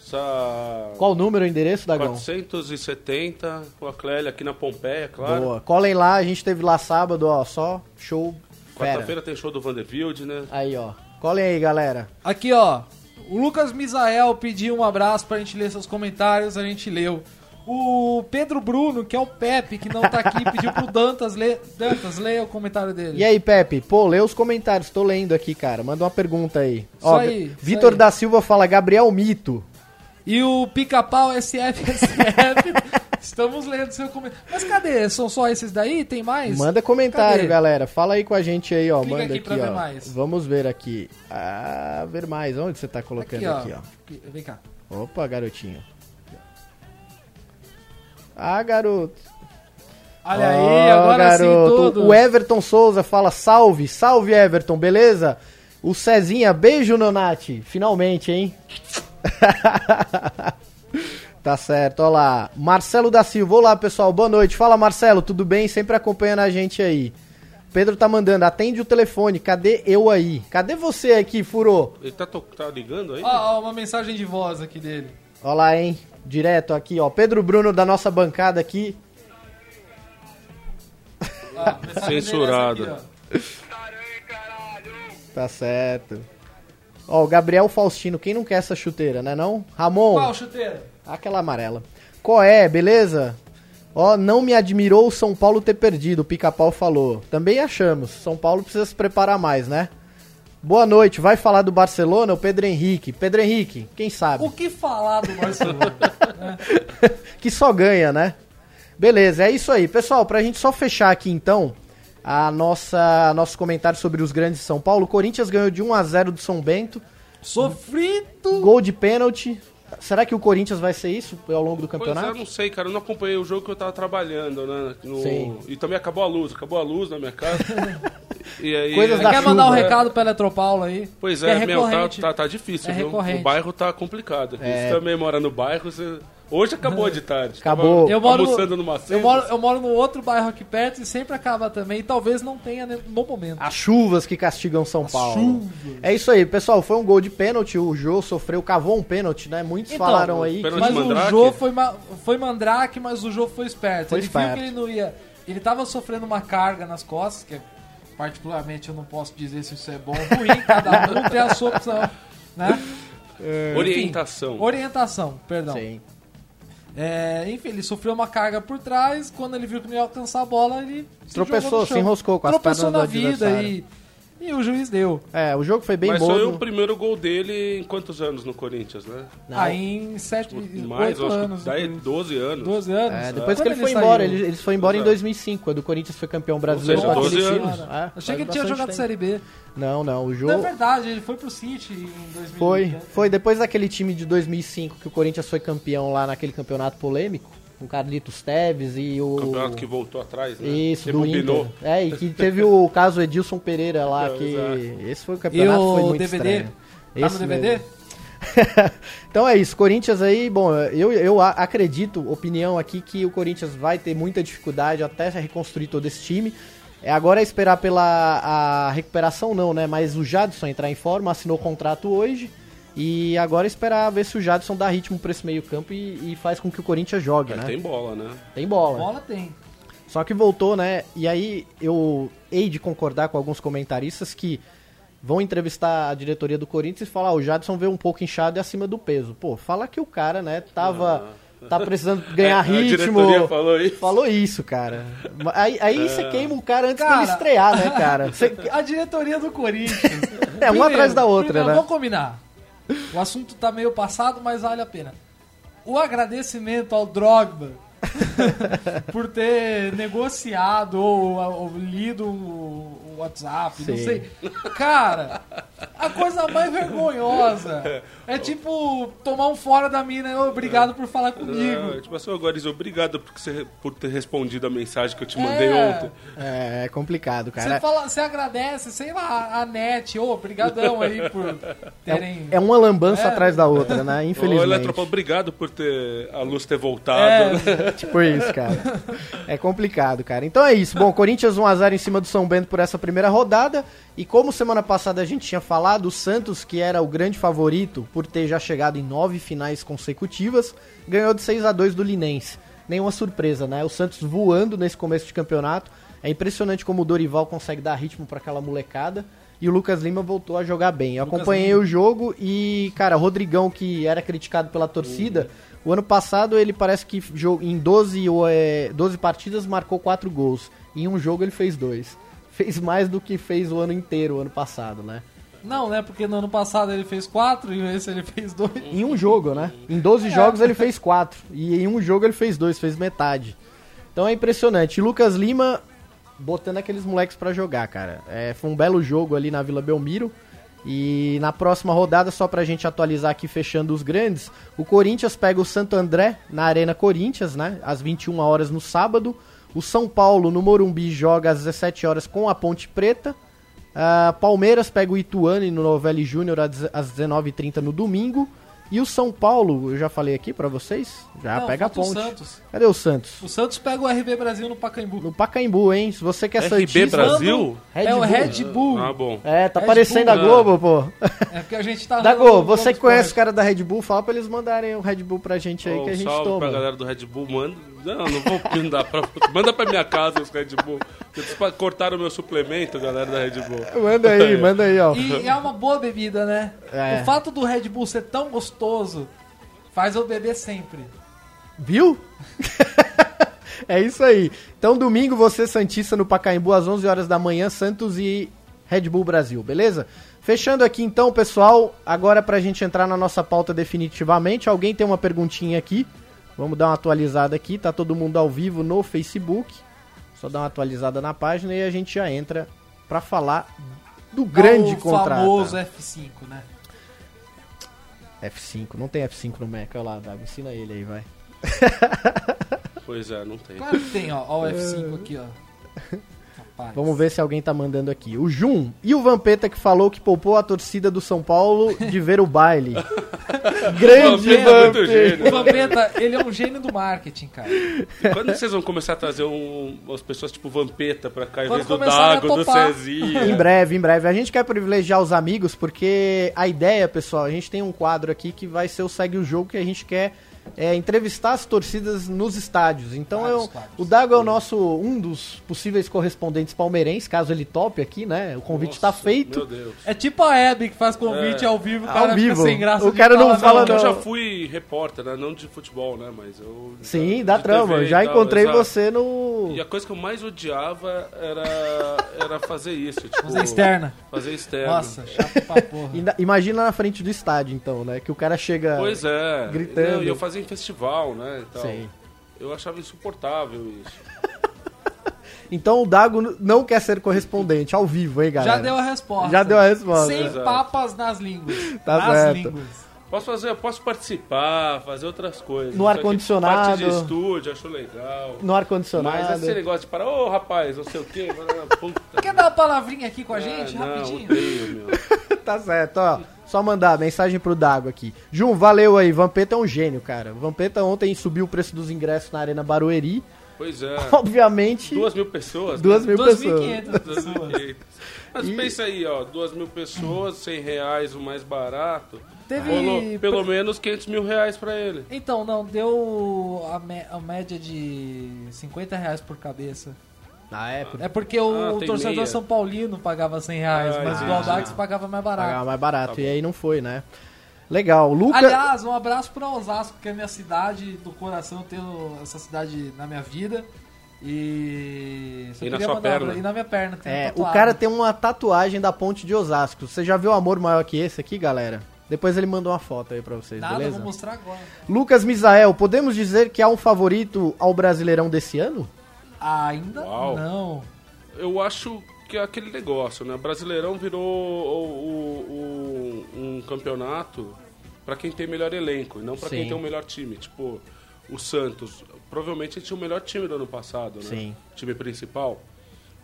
B: Essa
A: Qual o número, o endereço, Dagão?
B: 470, Rua Clélia, aqui na Pompeia, claro.
A: Boa. Colem lá, a gente teve lá sábado, ó, só show fera.
B: Quarta-feira tem show do Vanderbilt, né?
A: Aí, ó. Colem aí, galera.
C: Aqui, ó. O Lucas Misael pediu um abraço pra gente ler seus comentários, a gente leu. O Pedro Bruno, que é o Pepe, que não tá aqui, pediu pro Dantas ler. Dantas, leia o comentário dele.
A: E aí, Pepe? Pô, lê os comentários, tô lendo aqui, cara. Manda uma pergunta aí.
C: Isso
A: Ó,
C: aí,
A: Ga-
C: isso
A: Vitor
C: aí.
A: da Silva fala, Gabriel Mito.
C: E o Pica-Pau SF, SF. Estamos lendo seu comentário. Mas cadê? São só esses daí? Tem mais?
A: Manda comentário,
C: Cadê?
A: galera. Fala aí com a gente aí, ó.
C: Clica
A: Manda
C: aqui
A: aqui,
C: pra ver
A: ó.
C: mais.
A: Vamos ver aqui. Ah, ver mais. Onde você tá colocando aqui, ó?
C: Vem cá.
A: Opa, garotinho. Ah, garoto.
C: Olha aí,
A: Ó,
C: agora sim tudo.
A: O Everton Souza fala, salve, salve, Everton, beleza? O Cezinha, beijo, Nonati. Finalmente, hein? Tá certo, olha lá. Marcelo da Silva, olá pessoal, boa noite. Fala Marcelo, tudo bem? Sempre acompanhando a gente aí. Pedro tá mandando, atende o telefone, cadê eu aí? Cadê você aqui, furou?
B: Ele tá, to- tá ligando aí?
C: Ó, ó, uma mensagem de voz aqui dele.
A: Olha lá, hein? Direto aqui, ó. Pedro Bruno da nossa bancada aqui.
C: Ó, a mensagem dele é essa
B: Censurado.
C: aqui, ó.
A: Tá certo. Ó, o Gabriel Faustino, quem não quer essa chuteira, né não? Ramon.
C: Qual chuteira?
A: Aquela amarela. Qual é, beleza? Ó, não me admirou o São Paulo ter perdido, o Pica-Pau falou. Também achamos. São Paulo precisa se preparar mais, né? Boa noite. Vai falar do Barcelona, o Pedro Henrique. Pedro Henrique, quem sabe?
C: O que falar do Barcelona?
A: que só ganha, né? Beleza, é isso aí. Pessoal, pra gente só fechar aqui então a nossa nosso comentário sobre os grandes de um São Paulo. O Corinthians ganhou de 1 a 0 do São Bento.
C: Sofrido!
A: Gol de pênalti. Será que o Corinthians vai ser isso ao longo do
B: Pois é, eu
A: campeonato?
B: não sei, cara. Eu não acompanhei o jogo que eu tava trabalhando, né? no-
A: Sim.
B: E também acabou a luz, acabou a luz na minha casa. e aí,
A: Coisas
B: é,
A: da
C: Quer mandar um
A: chuva,
C: recado pra Eletropaula aí?
B: Pois
C: Que
B: é, meu, tá,
C: recorrente.
B: tá, tá difícil,
C: É
B: viu?
C: recorrente.
B: O bairro tá complicado. aqui.
A: É.
B: Você também mora no bairro, você... Hoje acabou de tarde.
A: Acabou.
B: Tava
A: Eu
B: almoçando numa
C: eu, moro, eu moro no outro bairro aqui perto e sempre acaba também. E talvez não tenha ne- no momento.
A: As chuvas que castigam São Paulo. É isso aí, pessoal. Foi um gol de pênalti. O Jô sofreu, cavou um pênalti, né? Muitos
C: Então,
A: falaram aí.
B: pênalti-
A: que-
C: Mas o
B: Mandrake?
C: Jô foi, ma- foi mandrake, mas o Jô foi esperto.
A: Foi
C: ele
A: esperto.
C: viu que ele não ia. Ele tava sofrendo uma carga nas costas, que é, particularmente eu não posso dizer se isso é bom ou ruim, cada um tem a sua opção. Né?
B: Orientação.
C: Orientação, perdão.
A: Sim.
C: É, enfim, ele sofreu uma carga por trás, quando ele viu que não ia alcançar a bola, ele se
A: Tropeçou,
C: jogou no chão.
A: se enroscou com as
C: Tropeçou na
A: pernas do
C: vida
A: adversário.
C: e, e o juiz deu.
A: É, o jogo foi bem
B: Mas um foi o
A: morno.
B: primeiro gol dele em quantos anos no Corinthians, né?
A: Não.
C: Aí em 7, 8
B: Mais, eu acho
C: anos.
B: que
A: né?
B: 10, 12 anos.
C: 12 anos.
A: É, depois
C: Quando
A: que ele, foi
C: saiu?
A: embora, ele- eles foram embora em
B: Exato.
A: 2005, quando o é Corinthians foi campeão brasileiro
B: é. Ou seja,
A: com aquele
B: 12
A: time.
B: anos.
A: É,
C: Achei
A: faz
C: que ele tinha
A: bastante
C: jogado
A: tempo.
C: Série B.
A: Não, não, o Jô
C: Não é verdade, ele foi pro City em 2000.
A: foi, foi depois daquele time de 2005 que o Corinthians foi campeão lá naquele campeonato polêmico, com o Carlitos Teves e o
B: Campeonato que voltou atrás, né?
A: Isso, do
B: Rebobinou.
A: Inter. É, e que teve o caso Edilson Pereira lá,
B: É,
A: que
B: exato.
A: esse foi o campeonato,
C: E o
A: foi muito
C: DVD?
A: estranho.
C: Tá
A: Esse
C: no DVD?
A: mesmo. então é isso, Corinthians aí, bom, eu, eu a- acredito, opinião aqui, que o Corinthians vai ter muita dificuldade até se reconstruir todo esse time. É, agora é esperar pela a recuperação não, né? Mas o Jadson entrar em forma, assinou o contrato hoje. E agora é esperar ver se o Jadson dá ritmo pra esse meio campo e, e faz com que o Corinthians jogue,
B: Mas
A: né?
B: É, Tem bola, né?
A: Tem bola.
C: Bola tem.
A: Só que voltou, né? E aí eu hei de concordar com alguns comentaristas que vão entrevistar a diretoria do Corinthians e falar, "Ah, o Jadson veio um pouco inchado e acima do peso. Pô, fala que o cara, né, tava tá precisando ganhar
B: É, a
A: ritmo.
B: diretoria falou isso. Ah.
A: Falou isso, cara. Aí, aí você queima o cara antes
C: Cara.
A: dele estrear, né, cara? Você-
C: A diretoria do Corinthians.
A: É, uma atrás da outra, né?
C: Vamos combinar. O assunto tá meio passado, mas vale a pena. O agradecimento ao Drogba por ter negociado ou, ou lido o o WhatsApp, não
A: Sim.
C: sei. Cara, a coisa mais vergonhosa é tipo tomar um fora da mina, obrigado por falar
B: É,
C: comigo.
B: tipo assim, agora obrigado por, que você- por ter respondido a mensagem que eu te mandei
C: É.
B: ontem.
A: É, é complicado, cara.
C: Você, fala, você agradece, sei lá, a net, ô, brigadão aí por terem...
A: É, é uma lambança
C: É.
A: atrás da outra, né?
B: Ô,
A: Infelizmente.
B: Eletropa, obrigado por ter a luz ter
A: um
B: voltado.
C: É,
A: Tipo isso, cara. É complicado, cara. Então é isso. Bom, Corinthians 1x0 em cima do São Bento por essa primeira rodada. E como semana passada a gente tinha falado, o Santos, que era o grande favorito por ter já chegado em nove finais consecutivas, ganhou de 6 a 2 do Linense. Nenhuma surpresa, né? O Santos voando nesse começo de campeonato. É impressionante como o Dorival consegue dar ritmo pra aquela molecada. E o Lucas Lima voltou a jogar bem. Eu acompanhei o jogo e, cara, Rodrigão, que era criticado pela torcida, o ano passado ele parece que jo- em 12, ou, é, 12 partidas marcou 4 gols. Em um jogo ele fez dois. Fez mais do que fez o ano inteiro, o ano passado, né?
C: Não, né? Porque no ano passado ele fez quatro e esse ele fez dois.
A: Em um jogo, né? Em 12 jogos ele fez 4. E em um jogo ele fez dois, fez metade. Então é impressionante. E Lucas Lima botando aqueles moleques pra jogar, cara. É, foi um belo jogo ali na Vila Belmiro. E na próxima rodada, só pra gente atualizar aqui, fechando os grandes, o Corinthians pega o Santo André na Arena Corinthians, né? Às 21 horas no sábado. O São Paulo no Morumbi joga às 17 horas com a Ponte Preta. Ah, Palmeiras pega o Ituano no Novelli Júnior às às 19h30 no domingo. E o São Paulo, eu já falei aqui pra vocês, já
C: Não,
A: Ah, pega a
C: falta o
A: ponte.
C: Santos.
A: Cadê o Santos?
C: O Santos pega o RB Brasil no Pacaembu.
A: No Pacaembu, hein? Se você quer
B: RB
A: Santista...
B: Brasil?
A: Red
C: é o
A: Bull.
C: Red Bull.
B: Ah, bom.
A: É, tá
C: Red
A: aparecendo a
B: Bull,
A: Globo, pô.
C: É porque a gente tá... no-
A: Dago,
C: no
A: você que
C: Globo
A: conhece o
C: Esporte.
A: cara da Red Bull, fala pra eles mandarem o Red Bull pra gente aí
B: Ô, um
A: que a gente
B: salve pra
A: toma.
B: galera do Red Bull, manda. Não, não vou mandar pra. Manda pra minha casa os Red Bull. Eles pa- cortaram o meu suplemento, galera da Red Bull.
A: Manda aí, manda aí, ó.
C: E é uma boa bebida, né?
A: É.
C: O fato do Red Bull ser tão gostoso faz eu beber sempre.
A: Viu? é isso aí. Então, domingo, você Santista no Pacaembu, às 11 horas da manhã, Santos e Red Bull Brasil, beleza? Fechando aqui então, pessoal, agora pra gente entrar na nossa pauta definitivamente, alguém tem uma perguntinha aqui? Vamos dar uma atualizada aqui, tá todo mundo ao vivo no Facebook. Só dar uma atualizada na página e a gente já entra pra falar do grande
C: o
A: contrato.
C: famoso F5, né?
A: F5, não tem F5 no Mac, olha lá, Dago, ensina ele aí, vai.
B: Pois é, não tem.
C: Claro que tem, ó. Ó o F5 aqui, ó. Rapaz.
A: Vamos ver se alguém tá mandando aqui. O Jun e o Vampeta que falou que poupou a torcida do São Paulo de ver o baile. Grande
B: Vampeta é muito
A: Vampeta.
B: gênio.
C: O Vampeta, ele é um gênio do marketing, cara.
B: Quando vocês vão começar a trazer um, umas pessoas tipo Vampeta pra cá, em
C: Quando
B: vez do
C: começarem a
B: Dago, do
C: topar.
A: Em
B: Cezinha?
A: breve, em breve. A gente quer privilegiar os amigos porque a ideia, pessoal, a gente tem um quadro aqui que vai ser o Segue o Jogo que a gente quer é, entrevistar as torcidas nos estádios. Então
C: Vários
A: eu-
C: quadros.
A: o Dago é o nosso, um dos possíveis correspondentes palmeirenses, caso ele tope aqui, né? O convite tá
B: Nossa,
A: feito.
B: Meu Deus.
C: É tipo a Hebe que faz convite
B: É.
C: ao vivo, o
A: Ao
C: cara
A: vivo.
C: fica sem graça.
A: O
C: de
A: cara não
C: falar,
A: fala,
B: Eu
A: não.
B: já fui repórter, né? Não de futebol, né? Mas eu.
A: Sim,
B: já-
A: dá
B: Tá de
A: trama.
B: TV e
A: Já
B: tal,
A: encontrei
B: exato.
A: você no.
B: E a coisa que eu mais odiava era, era fazer isso. Tipo,
C: Fazer é externa.
B: Fazer externo.
C: Nossa, chato pra porra.
A: Ainda- Imagina na frente do estádio, então, né? Que o cara chega.
B: Pois é.
A: Gritando.
B: Não, E eu fazia em festival, né? e tal.
A: Sim.
B: Eu achava insuportável isso.
A: Então o Dago n- não quer ser correspondente ao vivo, hein, galera?
C: Já deu a resposta.
A: Já deu a resposta.
C: Sem
B: Exato.
C: papas nas línguas.
A: Tá
C: nas
A: certo.
C: línguas.
B: Posso fazer, posso participar, fazer outras coisas.
A: No
B: Só que
A: ar-condicionado.
B: Parte de estúdio, acho legal.
A: No ar-condicionado.
B: Mas esse negócio de parar, ô rapaz, não sei o quê. Puta.
C: Quer dar uma palavrinha aqui com a gente,
B: Ah, não,
C: rapidinho?
B: odeio, meu.
A: Tá certo, ó. Só mandar mensagem pro Dago aqui. Jun, valeu aí. Vampeta é um gênio, cara. Vampeta ontem subiu o preço dos ingressos na Arena Barueri.
B: Pois é.
A: Obviamente, duas,
B: Duas mil pessoas.
A: mil pessoas.
C: 2.500
B: Duas mil
C: pessoas.
B: pessoas. Mas
A: E-
B: pensa aí, ó, duas mil pessoas, 100 reais o mais barato.
C: Teve-
B: Rolou pelo menos 500 mil reais pra ele.
C: Então, não, deu a, me- a média de 50 reais por cabeça.
A: Na época,
C: É porque o,
B: Ah,
C: o
B: tem
C: torcedor
B: meia.
C: São Paulino pagava 100 reais,
B: Ah,
C: mas o
B: entendi.
C: Aldax pagava mais barato. Tá
A: pagava mais barato. e aí não foi, né? Legal. Luca.
C: Aliás, um abraço pra Osasco, que é minha cidade do coração, eu tenho essa cidade na minha vida. E. só
B: E na
C: queria
B: sua
C: mandar um
B: perna.
C: abra- E na minha perna. tenho
A: É, o
C: tatuado.
A: cara tem uma tatuagem da ponte de Osasco. Você já viu amor maior que esse aqui, galera? Depois ele mandou uma foto aí pra vocês,
C: Nada,
A: beleza?
C: vou mostrar agora.
A: Lucas Misael, podemos dizer que há um favorito ao Brasileirão desse ano?
C: Ainda
B: Uau.
C: não.
B: Eu acho que é aquele negócio, né? Brasileirão virou o- o- o- um campeonato pra quem tem melhor elenco, e não pra
A: Sim.
B: quem tem o melhor time. Tipo, o Santos, provavelmente tinha o melhor time do ano passado, né?
A: Sim.
B: Time principal.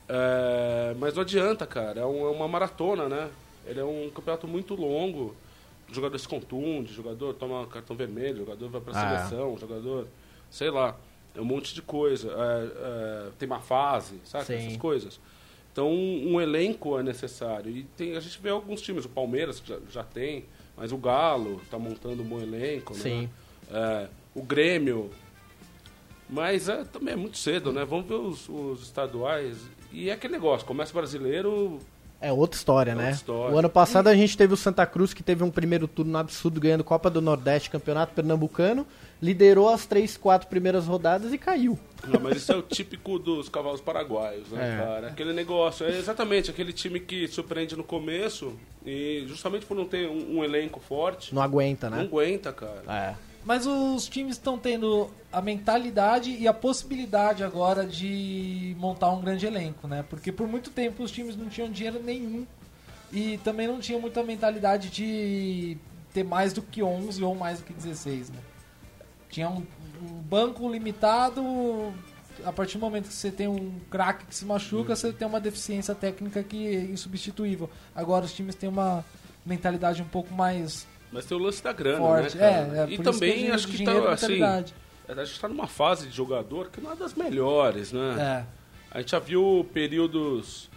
B: É, mas não adianta, cara. É, um- é uma maratona, né? Ele é um campeonato muito longo. O jogador se contunde, o jogador toma cartão vermelho, o jogador vai pra
A: Ah.
B: seleção, o jogador. Sei lá. É um monte de coisa. É, é, tem uma fase, sabe?
A: Sim.
B: Essas coisas. Então, um, um elenco é necessário. E tem, a gente vê alguns times, o Palmeiras que já, já tem, mas o Galo tá montando um bom elenco,
A: Sim.
B: né? É, o Grêmio. Mas é, também é muito cedo, né? Vamos ver os, os estaduais. E é aquele negócio, começa o brasileiro,
A: É outra história, né?
B: outra história.
A: O ano passado a gente teve o Santa Cruz, que teve um primeiro turno absurdo, ganhando Copa do Nordeste, Campeonato Pernambucano, liderou as três, quatro primeiras rodadas e caiu.
B: Não, mas isso é o típico dos cavalos paraguaios, né,
A: É.
B: cara? Aquele negócio, é exatamente aquele time que surpreende no começo e justamente por não ter um, um elenco forte,
A: Não aguenta,
B: não
A: né?
B: aguenta, cara.
A: É.
C: Mas os times estão tendo a mentalidade e a possibilidade agora de montar um grande elenco, né? Porque por muito tempo os times não tinham dinheiro nenhum e também não tinham muita mentalidade de ter mais do que 11 ou mais do que 16, né? Tinha um, um banco limitado, a partir do momento que você tem um craque que se machuca, você tem uma deficiência técnica que é insubstituível. Agora os times têm uma mentalidade um pouco mais
B: Mas tem o lance da grana,
C: forte.
B: né,
C: é,
B: cara?
C: é,
B: e
C: por isso
B: também
C: eu digo
B: acho que
C: dinheiro e
B: tá, assim,
C: mentalidade.
B: a gente tá numa fase de jogador que não é das melhores, né?
C: É.
B: A gente já viu períodos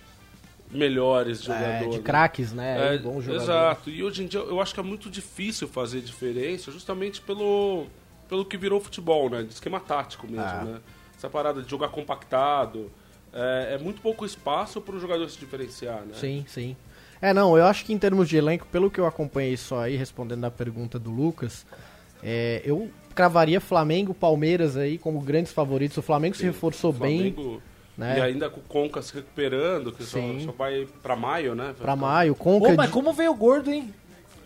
B: melhores de
C: É,
B: jogador.
A: de
B: né?
A: craques, né? É,
B: É,
A: um bom jogador.
B: Exato. E hoje em dia eu acho que é muito difícil fazer diferença justamente pelo, pelo que virou o futebol, né? De esquema tático mesmo,
C: É.
A: Ah.
B: né? Essa parada de jogar compactado. É, é muito pouco espaço para o jogador se diferenciar, né?
A: Sim, sim. É, não, eu acho que em termos de elenco, pelo que eu acompanhei só aí, respondendo a pergunta do Lucas, é, eu cravaria Flamengo, Palmeiras aí como grandes favoritos. O Flamengo se reforçou
B: O
A: bem,
B: Flamengo,
A: né?
B: E ainda com o Conca se recuperando, que só,
A: Sim.
B: só vai para maio, né? Vai
A: Pra
B: ficar-
A: maio,
C: Pô,
A: Conca...
C: mas
A: de-
C: como veio gordo, hein?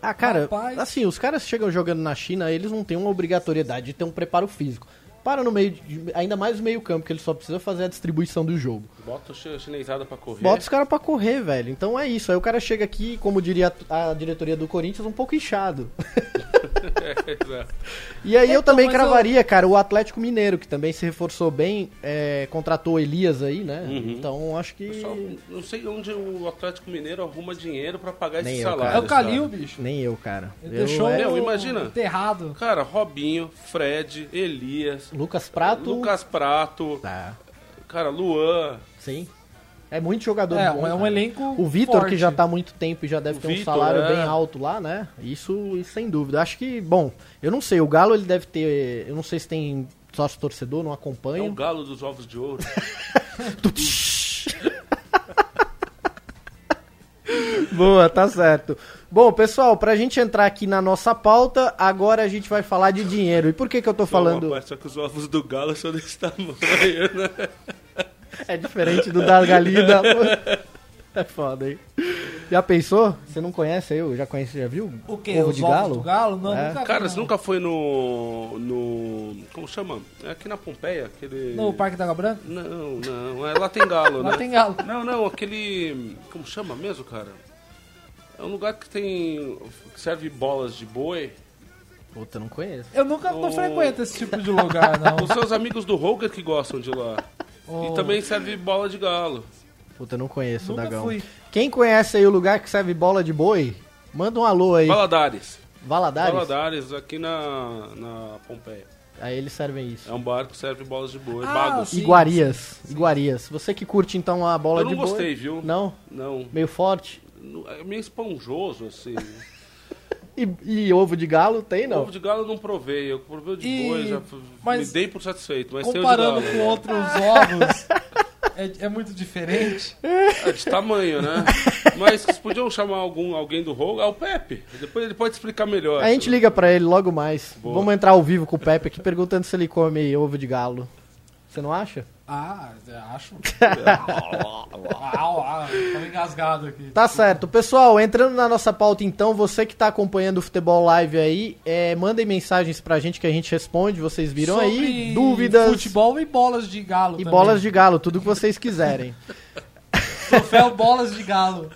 A: Ah, cara,
C: Rapaz.
A: assim, os caras chegam jogando na China, eles não têm uma obrigatoriedade de ter um preparo físico. Para no meio, de- ainda mais no meio campo, que ele só precisa fazer a distribuição do jogo.
B: Bota o chi- chinesada para
C: É.
B: correr.
A: Bota os caras pra correr, velho. Então é isso. Aí o cara chega aqui, como diria a diretoria do Corinthians, um pouco inchado.
B: Exato.
A: E aí eu
C: Então,
A: também
C: mas eu-
A: cravaria, cara, o Atlético Mineiro, que também se reforçou bem, é, contratou o Elias aí, né?
C: Uhum.
A: Então acho que.
B: Pessoal, não sei onde o Atlético Mineiro arruma dinheiro pra pagar
A: Nem
B: esse
A: eu, cara.
B: salário.
C: É o Calil,
B: sabe?
C: bicho.
A: Nem eu, cara.
C: Ele
A: Eu
C: deixou
A: é-
B: Meu, imagina.
C: enterrado.
B: Cara, Robinho, Fred, Elias,
A: Lucas Prato.
B: Lucas Prato,
A: Tá.
B: cara, Luan,
A: Sim. É muito jogador
C: É,
A: bom,
C: um, é um
A: cara.
C: elenco
A: O Vitor, que
C: forte.
A: já tá há muito tempo e já deve
B: O
A: ter um
B: Vitor,
A: salário
B: é.
A: bem alto lá, né? Isso, isso sem dúvida. Acho que, bom, eu não sei, o Galo ele deve ter. Eu não sei se tem sócio torcedor, não
B: é o
A: acompanho.
B: galo dos ovos de ouro.
A: Boa, tá certo. Bom, pessoal, pra gente entrar aqui na nossa pauta, agora a gente vai falar de dinheiro. E por que que eu tô
B: Não,
A: falando?
B: rapaz, só que os ovos do galo são desse tamanho, né?
A: É diferente do da galinha. da- É foda, hein? Já pensou? Você não conhece eu? Já conhece, já viu?
C: O quê?
A: Ovo
C: Os
A: de
C: ovos
A: galo?
C: do galo? Não,
A: É.
C: nunca vi,
B: Cara,
C: não.
B: você nunca foi no. no. Como chama? É aqui na Pompeia, aquele.
C: No Parque da Água Branca?
B: Não, não, é lá tem galo, né?
C: Lá tem galo.
B: Não, não, aquele. Como chama mesmo, cara? É um lugar que tem. que serve bolas de boi.
A: Puta, não conheço.
C: Eu nunca não
B: O-
C: frequento esse tipo de lugar, não.
B: Os seus amigos do Roger que gostam de lá.
C: O-
B: E também serve bola de galo.
A: Puta, não conheço,
C: Nunca
A: Dagão.
C: fui.
A: Quem conhece aí o lugar que serve bola de boi, manda um alô
C: É
A: aí.
B: Valadares.
A: Valadares?
B: Valadares, aqui na, na Pompeia.
A: Aí eles servem isso.
B: É um bar que serve bolas de boi.
C: Ah,
B: bagos.
C: sim.
A: Iguarias. Iguarias. Você que curte então a bola
B: Eu não
A: de boi.
B: gostei, viu?
A: Não?
B: Não,
A: Meio forte?
B: não- é meio esponjoso, assim.
A: E, e ovo de galo tem, não?
B: Ovo de galo eu não provei. Eu provei o de
C: E-
B: boi, já f-
C: mas-
B: me dei por satisfeito. Mas tem o de
C: Comparando
B: galo.
C: com outros ovos, é, é muito diferente.
B: É de tamanho, né? Mas vocês podiam chamar algum, alguém do Rogue? Ah, o Pepe. Depois ele pode explicar melhor.
A: A gente liga pra ele logo mais.
B: Boa.
A: Vamos entrar ao vivo com o Pepe aqui perguntando se ele come ovo de galo. Você não acha?
C: Ah, acho. Au, au, tô engasgado aqui.
A: Tá certo. Pessoal, entrando na nossa pauta então, você que tá acompanhando o Futebol Live aí, é, mandem mensagens pra gente que a gente responde. Vocês viram aí?
C: Sobre
A: Dúvidas
C: Futebol e bolas de galo.
A: e
C: também.
A: bolas de galo, tudo que vocês quiserem.
C: Troféu bolas de galo.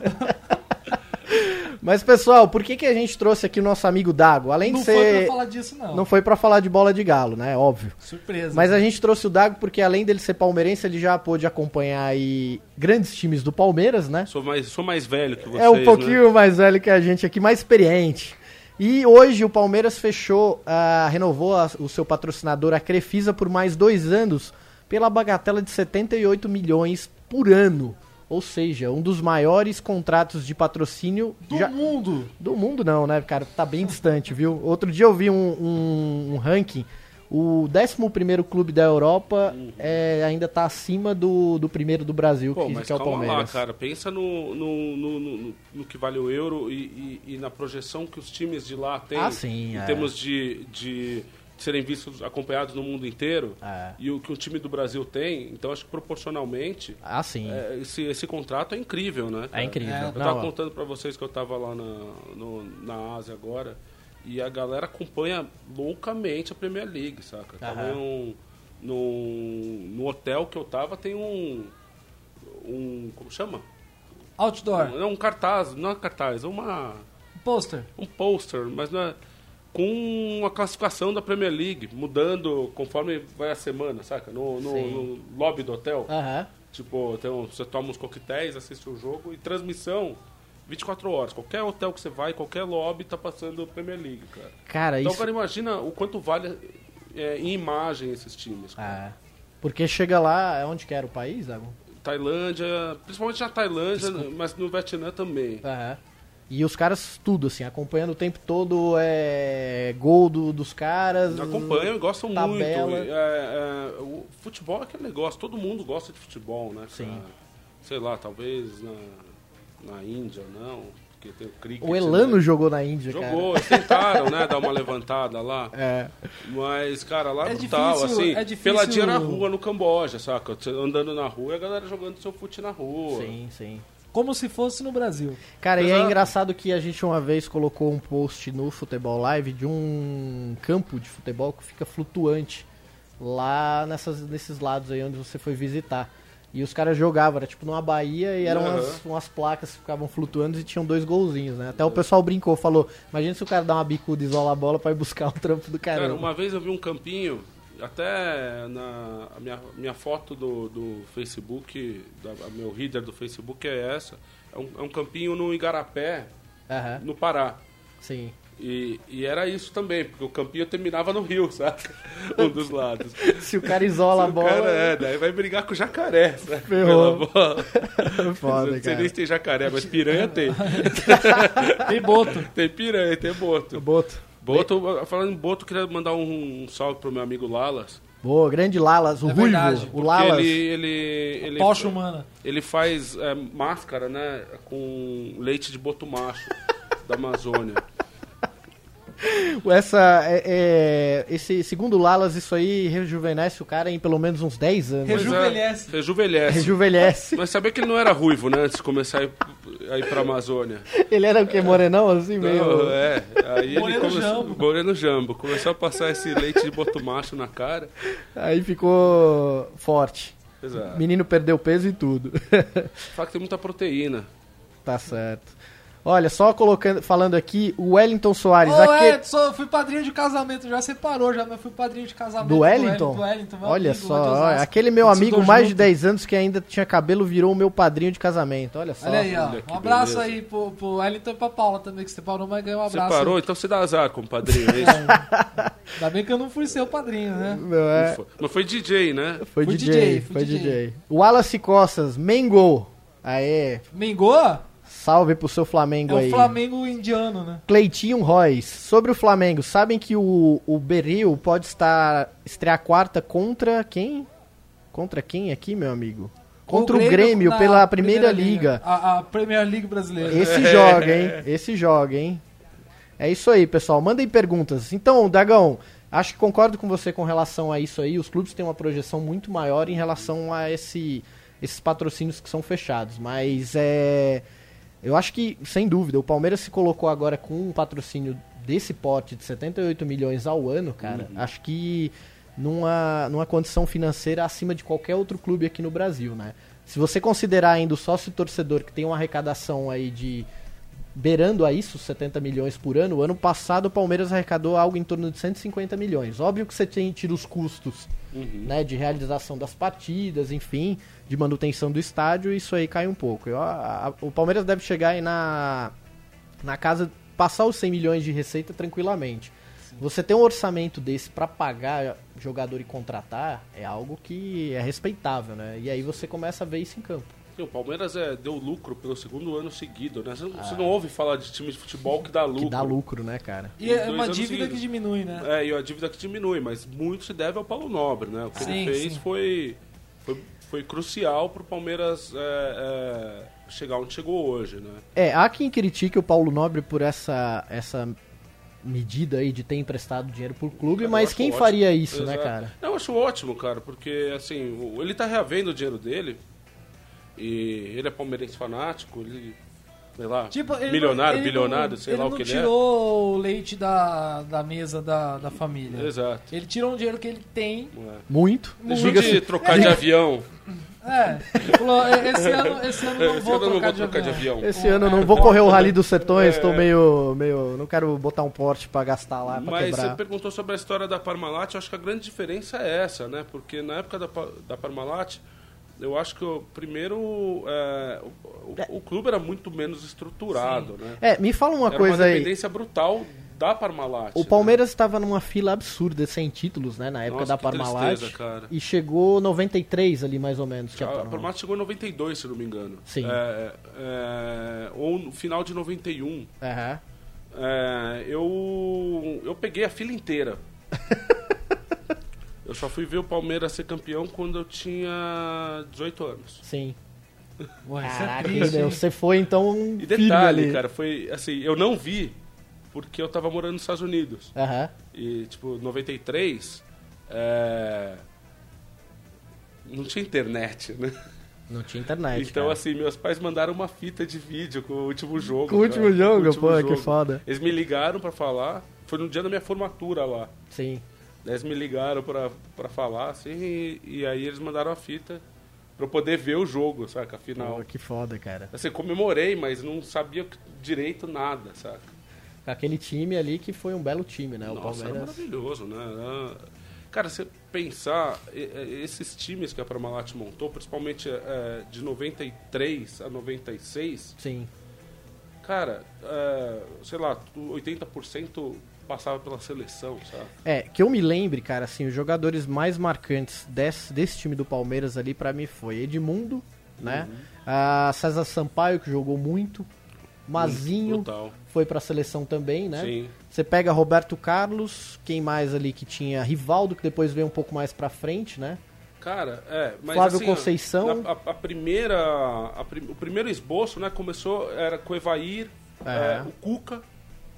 A: Mas pessoal, por que, que a gente trouxe aqui o nosso amigo Dago? Além
C: Não
A: de
C: foi
A: ser.
C: pra falar disso, não.
A: Não foi pra falar de bola de galo, né? Óbvio.
C: Surpresa.
A: Mas a gente trouxe o Dago porque além dele ser palmeirense, ele já pôde acompanhar aí grandes times do Palmeiras, né?
B: Sou mais, sou mais velho que vocês,
A: é um
B: Né?
A: pouquinho mais velho que a gente aqui, mais experiente. E hoje o Palmeiras fechou, ah, renovou a- o seu patrocinador, a Crefisa, por mais dois anos, pela bagatela de 78 milhões por ano. Ou seja, um dos maiores contratos de patrocínio
C: Do
A: já-
C: mundo.
A: do mundo não, né, cara? Tá bem distante, viu? Outro dia eu vi um, um- um ranking. O 11 clube da Europa é, ainda tá acima do, do primeiro do Brasil,
B: Uhum. Pô,
A: que,
B: mas
A: que é o
B: calma lá,
A: Palmeiras.
B: cara. Pensa no, no, no, no- no que vale o euro e, e- e na projeção que os times de lá têm.
A: Ah, sim,
B: Em
A: é.
B: termos de, de serem vistos, acompanhados no mundo inteiro.
A: É.
B: E o que o time do Brasil tem. Então, acho que proporcionalmente,
A: Ah, sim. É,
B: é, esse, esse contrato é incrível, né? cara?
A: incrível.
C: É,
B: Eu
A: Não,
B: tava
A: ó,
B: contando pra vocês que eu tava lá na, no- na Ásia agora e a galera acompanha loucamente a Premier League, saca? Tava
A: Aham.
B: em um- num- no hotel que eu tava tem um. um como chama?
C: Outdoor.
B: Um, é um cartaz, não é cartaz, é uma,
C: Poster.
B: um pôster, mas não é, com a classificação da Premier League, mudando conforme vai a semana, saca? No, no-
A: Sim.
B: no lobby do hotel.
A: Aham.
B: Tipo, tem um- você toma uns coquetéis, assiste o jogo e transmissão 24 horas. Qualquer hotel que você vai, qualquer lobby tá passando Premier League, cara.
A: Cara,
B: Então,
A: É isso...
B: cara, imagina o quanto vale é, em imagem esses times. cara.
A: Ah, porque chega lá, é onde que era o país, Dago?
B: Tailândia, principalmente na Tailândia, mas no Vietnã também.
A: Aham. E os caras, tudo assim, acompanhando o tempo todo, é... gol do- dos caras.
B: Acompanham e gostam
A: Tabela.
B: muito. E, é, é, o futebol é aquele negócio, todo mundo gosta de futebol, né? cara?
A: Sim.
B: Sei lá, talvez na, na Índia, não. Porque tem o cricket.
A: O Elano
B: né?
A: jogou na Índia,
B: Jogou, eles tentaram, né, dar uma levantada lá.
A: cara. É.
B: Mas, cara, lá
C: É
B: no
C: difícil,
B: tal, assim,
C: é difícil-
B: peladinha na rua, no Camboja, saca? Você Andando na rua e a galera jogando seu fute na rua.
A: Sim, sim.
C: Como se fosse no Brasil.
A: Cara, e é
B: Exato.
A: engraçado que a gente uma vez colocou um post no Futebol Live de um campo de futebol que fica flutuante lá nessas, nesses lados aí onde você foi visitar. E os caras jogavam, era tipo numa Bahia e eram
B: Aham.
A: umas, umas placas que ficavam flutuando e tinham dois golzinhos, né? Até o pessoal brincou, falou: imagina se o cara dá uma bicuda e isola a bola pra ir buscar o trampo do
B: Cara,
A: caramba.
B: uma vez eu vi um campinho, até na a minha, minha foto do, do Facebook, da, a meu reader do Facebook é essa. É um, é um campinho no Igarapé,
A: Aham,
B: no Pará.
A: sim.
B: E, e era isso também, porque o campinho terminava no rio, sabe? Um dos lados.
A: Se o cara isola a
B: O
A: bola.
B: cara, é, daí vai brigar com o jacaré, sabe?
A: Ferrou.
B: Pela bola.
A: Foda,
B: Não sei
A: cara.
B: nem se tem jacaré, mas piranha tem.
C: Tem boto.
B: Tem piranha, tem boto.
A: Boto.
B: Boto, falando em boto, queria mandar um, um salve pro meu amigo Lalas.
A: Boa, grande Lalas, o
C: É
A: Ruivo.
C: verdade,
A: o
C: porque
A: Lalas.
B: Ele, ele, ele,
C: Tocha humana.
B: ele faz é, máscara, né? Com leite de boto macho da Amazônia.
A: Essa, é, é, esse segundo Lalas, isso aí rejuvenesce o cara em pelo menos uns 10 anos.
C: Reju-
B: Pois é,
C: Rejuvenesce.
B: rejuvenesce.
A: Rejuvenesce.
B: Mas sabia que ele não era ruivo, né? Antes de começar a ir, a ir pra Amazônia.
A: Ele era o que? Morenão assim
B: Não,
A: meio.
B: é. Aí ele
C: Moreno
B: começou,
C: Jambo.
B: Moreno Jambo. Começou a passar esse leite de boto macho na cara.
A: Aí ficou forte.
B: Pois
C: Tá.
B: é.
A: Menino perdeu peso e tudo.
B: O fato é que tem muita proteína.
C: Um
A: tá certo. Olha, só colocando, falando aqui, o Wellington Soares.
C: Ô,
A: aque-
C: Edson, eu fui padrinho de casamento, já separou, já, mas eu fui padrinho de casamento.
A: Do Wellington?
C: Do Wellington, meu
A: Olha
C: amigo,
A: só,
C: lá de Osasco.
A: olha, aquele meu
C: A gente
A: amigo
C: estudou
A: mais de
C: junto.
A: 10 anos que ainda tinha cabelo virou o meu padrinho de casamento. Olha só.
C: Olha aí,
B: Olha que
C: ó. Um abraço
B: beleza.
C: aí pro, pro Wellington e pra Paula também, que separou, mas ganhou um
B: Você
C: abraço.
B: parou?
C: aí.
B: Então você dá azar, compadrinho. É isso?
C: Ainda bem que eu não fui seu padrinho, né?
A: Não é?
B: Ufa. Mas foi DJ, né?
A: Foi,
C: Foi
A: DJ,
C: DJ,
A: foi
C: foi
A: DJ.
C: DJ.
A: Wallace Costas, Mengo. Aê,
C: Mingô?
A: salve pro seu Flamengo
C: É o
A: aí.
C: Flamengo indiano, né?
A: Cleitinho Reis, sobre o Flamengo, sabem que o, o Beril pode estar estrear quarta contra quem? Contra quem aqui, meu amigo? Contra o Grêmio,
C: na
A: pela Primeira, Liga. É.
C: A, a Premier League brasileira.
A: Esse joga, hein? Esse joga, hein? É isso aí, pessoal. Mandem perguntas. Então, Dagão, acho que concordo com você com relação a isso aí. Os clubes têm uma projeção muito maior em relação a esse- esses patrocínios que são fechados. Mas é. Eu acho que, sem dúvida, o Palmeiras se colocou agora com um patrocínio desse porte de 78 milhões ao ano, cara. Acho que numa, numa condição financeira acima de qualquer outro clube aqui no Brasil, né? Se você considerar ainda o sócio torcedor que tem uma arrecadação aí de beirando a isso, 70 milhões por ano, o ano passado o Palmeiras arrecadou algo em torno de 150 milhões. Óbvio que você tem tira os custos, né, de realização das partidas, enfim, de manutenção do estádio, isso aí cai um pouco. Eu- a- a- o Palmeiras deve chegar aí na na casa passar os 100 milhões de receita tranquilamente. Você ter um orçamento desse pra pagar jogador e contratar é algo que é respeitável, né? E aí você começa a ver isso em campo.
B: Sim, O Palmeiras é, deu lucro pelo segundo ano seguido, né? Você, não- você não
C: Ah.
B: ouve falar de time de futebol que dá lucro.
A: Que dá lucro, né, cara?
C: E é
B: Dois
C: uma
B: anos
C: dívida
B: seguidos.
C: que diminui, né?
B: É, e a dívida que diminui, mas muito se deve ao Paulo Nobre, né? O que
C: Sim,
B: ele fez
C: sim.
B: Foi, foi, foi crucial pro Palmeiras é, é, chegar onde chegou hoje, né?
A: É, há quem critique o Paulo Nobre por essa, essa medida aí de ter emprestado dinheiro pro clube,
B: Cara, eu
A: mas
B: acho
A: quem
B: ótimo.
A: faria isso, né,
B: Exato.
A: cara?
B: Eu acho ótimo, cara, porque assim, o- ele tá reavendo o dinheiro dele. E ele é palmeirense fanático, ele. Sei lá,
C: Tipo, ele
B: milionário,
C: não- ele
B: bilionário,
C: não-
B: sei lá o que
C: ele
B: ele é.
C: não tirou o leite da, da mesa da, da família.
B: é. Exato.
C: Ele tirou um dinheiro que ele tem.
B: É.
A: Muito.
B: Deixa de trocar de avião.
C: É, falou, "E- esse ano, esse ano eu não
B: Esse
C: vou
B: ano eu não
C: trocar
B: vou
C: de
B: trocar de
C: avião.
B: avião.
A: Esse ano eu não vou correr o
B: né?
A: Rally dos Sertões,
B: É.
A: tô meio, meio... Não quero botar um porte pra gastar lá, pra
B: Mas
A: quebrar.
B: você perguntou sobre a história da Parmalat, eu acho que a grande diferença é essa, né? Porque na época da, Pa- da Parmalat, eu acho que o primeiro. é, o, o- o clube era muito menos estruturado, né?
A: É, me fala uma
B: era
A: coisa
B: uma
A: aí.
B: dependência brutal da Parmalat.
A: O
B: né?
A: Palmeiras estava numa fila absurda sem títulos, né, na época
B: Nossa,
A: da
B: que
A: Parmalat.
B: tristeza, cara.
A: E chegou 93 ali, mais ou menos. Que a
B: A, a
A: Parmalat.
B: Parmalat chegou em 92, se não me engano.
A: Sim.
B: É, é, ou no final de 91.
A: Aham.
B: É, eu, eu peguei a fila inteira. eu só fui ver o Palmeiras ser campeão quando eu tinha 18 anos.
A: Sim.
C: Ué, isso é
A: Caraca,
C: triste,
A: meu,
C: hein?
A: você foi então um
B: E
A: firme
B: detalhe,
A: ali.
B: cara, foi assim, eu não vi porque eu tava morando nos Estados Unidos.
A: Aham.
B: E, tipo, 93, é... não tinha internet, né?
A: Não tinha internet.
B: Então,
A: cara.
B: assim, meus pais mandaram uma fita de vídeo com o último jogo.
A: Com o último jogo? Pô, que foda.
B: Eles me ligaram pra falar, foi no dia da minha formatura lá.
A: Sim.
B: assim, Daí Eles me ligaram pra, pra falar, assim, e, e aí eles mandaram a fita. Pra eu poder ver o jogo, saca? A final.
A: Pô, que foda, cara.
B: Assim, comemorei, mas não sabia direito nada, saca?
A: Aquele time ali que foi um belo time, né? O
B: Nossa, era
A: Palmeiras.
B: maravilhoso, né? Era- Cara, você pensar, e- e- esses times que a Parmalat montou, principalmente eh, de 93 a 96,
A: Sim.
B: cara, eh, sei lá, 80% passava pela seleção, sabe?
A: É, que eu me lembre, cara, assim, os jogadores mais marcantes desse, desse time do Palmeiras ali, pra mim, foi Edmundo, né?
B: Uhum.
A: Ah, César Sampaio, que jogou muito. Mazinho
B: Total.
A: foi pra seleção também, né?
B: Sim.
A: Você pega Roberto Carlos, quem mais ali que tinha? Rivaldo, que depois veio um pouco mais pra frente, né?
B: Cara, é, mas
A: Flávio
B: ó,
A: Conceição.
B: na- A, a primeira, a prim- o primeiro esboço, né, começou era com o Evair,
A: É.
B: eh, o Cuca,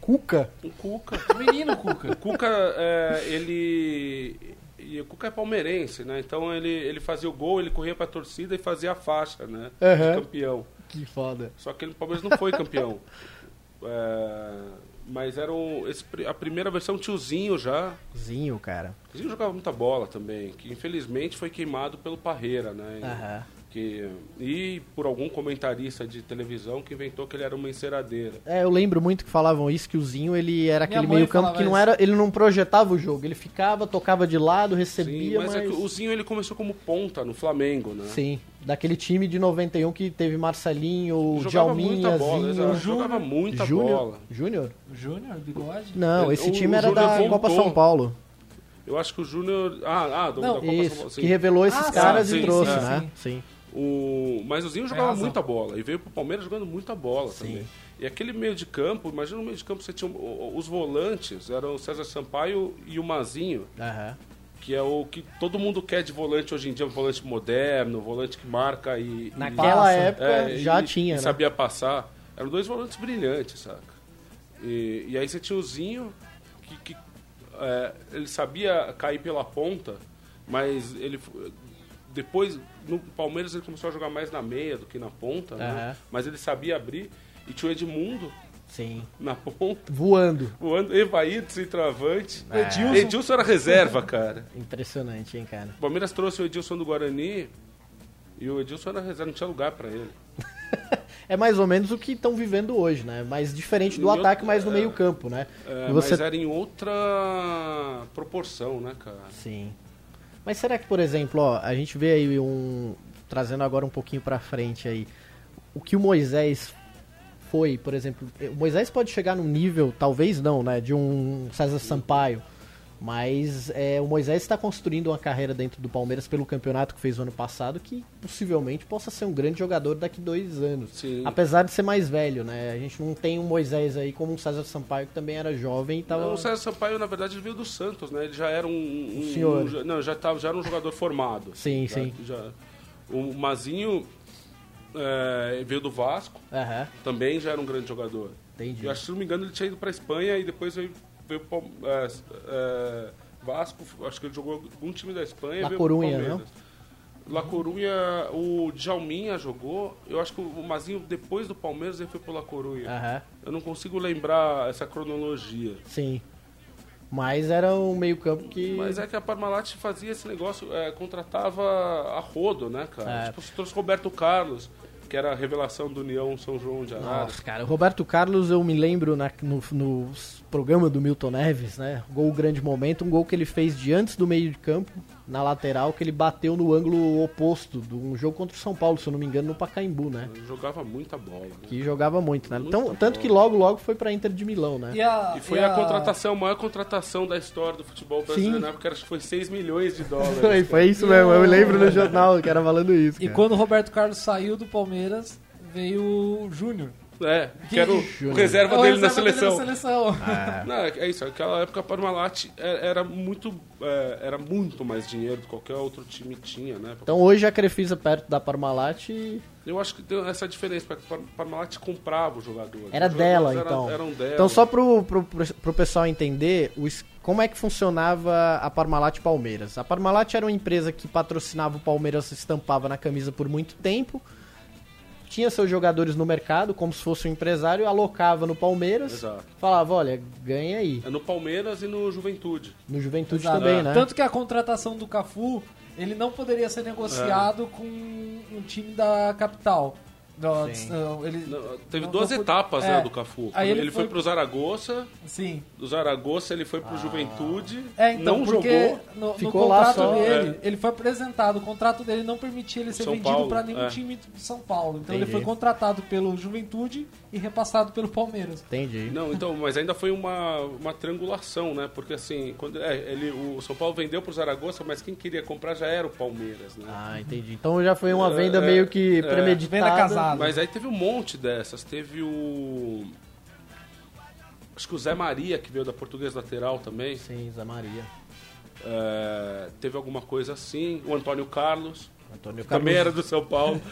A: Cuca.
B: o Cuca.
D: Menino
B: O
D: Cuca.
B: Cuca, é, ele. E o Cuca é palmeirense, né? Então ele, ele fazia o gol, ele corria pra torcida e fazia a faixa, né?
A: Aham.
B: De campeão.
A: Que foda.
B: Só que ele- o Palmeiras não foi campeão. É, mas era um, esse pri- a primeira versão tiozinho já.
A: Zinho, cara.
B: O Tiozinho jogava muita bola também, que infelizmente foi queimado pelo Parreira, né? E-
A: Aham.
B: Que, e por algum comentarista de televisão que inventou que ele era uma enceradeira.
A: É, eu lembro muito que falavam isso, que o Zinho, ele era
C: Minha
A: aquele
C: mãe
A: meio campo
C: falava
A: que não
C: isso.
A: era, ele não projetava o jogo, ele ficava, tocava de lado, recebia,
B: Sim, mas,
A: mas...
B: é que o Zinho ele começou como ponta no Flamengo, né?
A: Sim, daquele time de 91 que teve Marcelinho,
B: Jogava
A: Djalminha,
B: muita bola,
A: Zinho,
B: exato. jogava muita
A: Júnior.
B: bola.
A: Júnior?
D: O Júnior, bigode.
A: Não,
B: Ele-
A: esse
B: o-
A: time
B: o
A: era
B: Júnior
A: da
B: voltou.
A: Copa São Paulo.
B: Eu acho que o Júnior. Ah, ah, do, da
C: Não,
B: Copa São
A: Isso,
B: Paulo, sim.
A: que revelou esses
C: Ah,
A: caras
B: sim,
A: e trouxe,
B: sim,
A: né? Sim.
B: O... Mas o Zinho jogava
C: razão.
B: muita bola e veio pro Palmeiras jogando muita bola também. E aquele meio de campo, imagina o meio de campo, você tinha o- o- os volantes, eram o César Sampaio e o Mazinho,
A: Aham.
B: que é o que todo mundo quer de volante hoje em dia, um volante moderno, um volante que marca e.
A: Naquela
C: Passa.
A: época
B: É,
A: já
B: e-
A: tinha,
B: e
A: né?
B: sabia passar. Eram dois volantes brilhantes, saca? E, e aí você tinha o Zinho, que, que, é, ele sabia cair pela ponta, mas ele f- depois, no Palmeiras, ele começou a jogar mais na meia do que na ponta, né?
A: Aham.
B: Mas ele sabia abrir. E tinha o Edmundo
A: Sim.
B: na ponta,
A: Voando.
B: o And- Evair de centroavante.
A: É.
B: Edilson. Edilson era reserva, cara.
A: Impressionante, hein, cara?
B: O Palmeiras trouxe o Edilson do Guarani e o Edilson era reserva, não tinha lugar pra ele.
A: É mais ou menos o que estão vivendo hoje, né? Mas diferente do
B: Em outro-
A: ataque, mas no
B: é.
A: meio campo, né?
B: É,
A: E você...
B: Mas era em outra proporção, né, cara?
A: Sim. Mas será que, por exemplo, ó, a gente vê aí um. Trazendo agora um pouquinho pra frente aí. O que o Moisés foi, por exemplo. O Moisés pode chegar num nível, talvez não, né? De um César Sampaio. Mas é, o Moisés está construindo uma carreira dentro do Palmeiras pelo campeonato que fez o ano passado, que possivelmente possa ser um grande jogador daqui dois anos.
B: Sim.
A: Apesar de ser mais velho, né? A gente não tem um Moisés aí como um César Sampaio que também era jovem e tava.
B: O César Sampaio, na verdade, ele veio do Santos, né? Ele já era um... um-
A: Um senhor.
B: um- já- não, já, tava, já era um jogador formado.
A: Sim,
B: Já-
A: sim.
B: já- o Mazinho é, veio do Vasco,
A: Aham,
B: também já era um grande jogador.
A: entendi.
B: Eu acho, se não me engano, ele tinha ido pra Espanha e depois veio, veio pro Palme- é, é, Vasco, acho que ele jogou algum time da Espanha. e
A: La
B: veio pro
A: Coruña,
B: Palmeiras. La Corunha, o Djalminha jogou. Eu acho que o Mazinho, depois do Palmeiras, ele foi pro La Corunha.
A: Aham.
B: Eu não consigo lembrar essa cronologia.
A: Sim. Mas era um meio-campo que.
B: Mas é que a Parmalat fazia esse negócio, é, contratava a rodo, né, cara?
A: É.
B: Tipo, se trouxe Roberto Carlos, que era a revelação do União São João de Arara.
A: Nossa, cara, o Roberto Carlos, eu me lembro na- no, no programa do Milton Neves, né? Gol grande momento, um gol que ele fez de antes do meio de campo, na lateral, que ele bateu no ângulo oposto de um jogo contra o São Paulo, se eu não me engano, no Pacaembu, né?
B: Jogava muita bola. né?
A: Que jogava muito, né?
B: Muito
A: Então,
B: bom.
A: tanto que logo, logo foi pra Inter de Milão, né?
C: E, a,
B: E foi
C: e
B: a contratação, a maior contratação da história do futebol brasileiro
A: Sim.
B: na época, acho que foi 6 milhões de dólares.
A: Foi, foi isso mesmo, eu me lembro no jornal que era falando isso.
C: E
A: cara.
C: quando o Roberto Carlos saiu do Palmeiras, veio o Júnior.
B: É, que era o, o
A: Júnior.
B: reserva
C: É o
B: dele na
C: reserva dele
B: seleção.
A: Ah,
C: seleção.
B: Não, é é isso, aquela época a Parmalat é- era muito, é, era muito mais dinheiro do que qualquer outro time tinha, né?
A: Então hoje a Crefisa perto da Parmalat e
B: Eu acho que tem essa diferença, porque a Par- Parmalat comprava o jogador.
A: Era
B: Os jogadores
A: dela,
B: era-
A: então.
B: Eram dela.
A: Então, só pro, pro, pro pessoal entender o es- como é que funcionava a Parmalat Palmeiras. A Parmalat era uma empresa que patrocinava o Palmeiras, estampava na camisa por muito tempo, tinha seus jogadores no mercado, como se fosse um empresário, alocava no Palmeiras,
B: Exato.
A: falava: olha, ganha aí.
B: É no Palmeiras e no Juventude.
A: No Juventude
C: Exato.
A: também, né?
C: Tanto que a contratação do Cafu, Ele não poderia ser negociado
B: É.
C: com um time da capital. Não,
A: Sim.
C: não, ele-
B: Não, Teve
C: não-
B: duas
C: não pude-
B: etapas
C: é.
B: né, do Cafu.
C: Aí
B: ele,
C: ele
B: foi,
C: foi-
B: pro Zaragoza,
C: Sim.
B: do Zaragoza ele foi pro Juventude,
C: É, então,
B: não
C: porque
B: jogou.
C: no, no
A: ficou lá
C: contrato
A: só,
C: dele, ele foi apresentado, o contrato dele não permitia ele ser
B: é. São
C: vendido
B: Paulo,
C: para nenhum
B: é.
C: time de São Paulo. Então
A: Entendi.
C: ele foi contratado pelo Juventude e repassado pelo Palmeiras.
A: Entendi.
B: Não, então, mas ainda foi uma, uma triangulação, né? Porque assim, quando é, ele, o São Paulo vendeu pro Zaragoza, mas quem queria comprar já era o Palmeiras, né?
A: Ah, entendi. Então já foi uma
B: É,
A: venda meio que
B: é.
A: premeditada.
C: Venda casada.
B: Mas aí teve um monte dessas. Teve o. Acho que o Zé Maria, que veio da Portuguesa Lateral também.
A: Sim, Zé Maria.
B: É, teve alguma coisa assim. O Antônio Carlos,
A: Antônio
B: que
A: Carlos.
B: também era do São Paulo.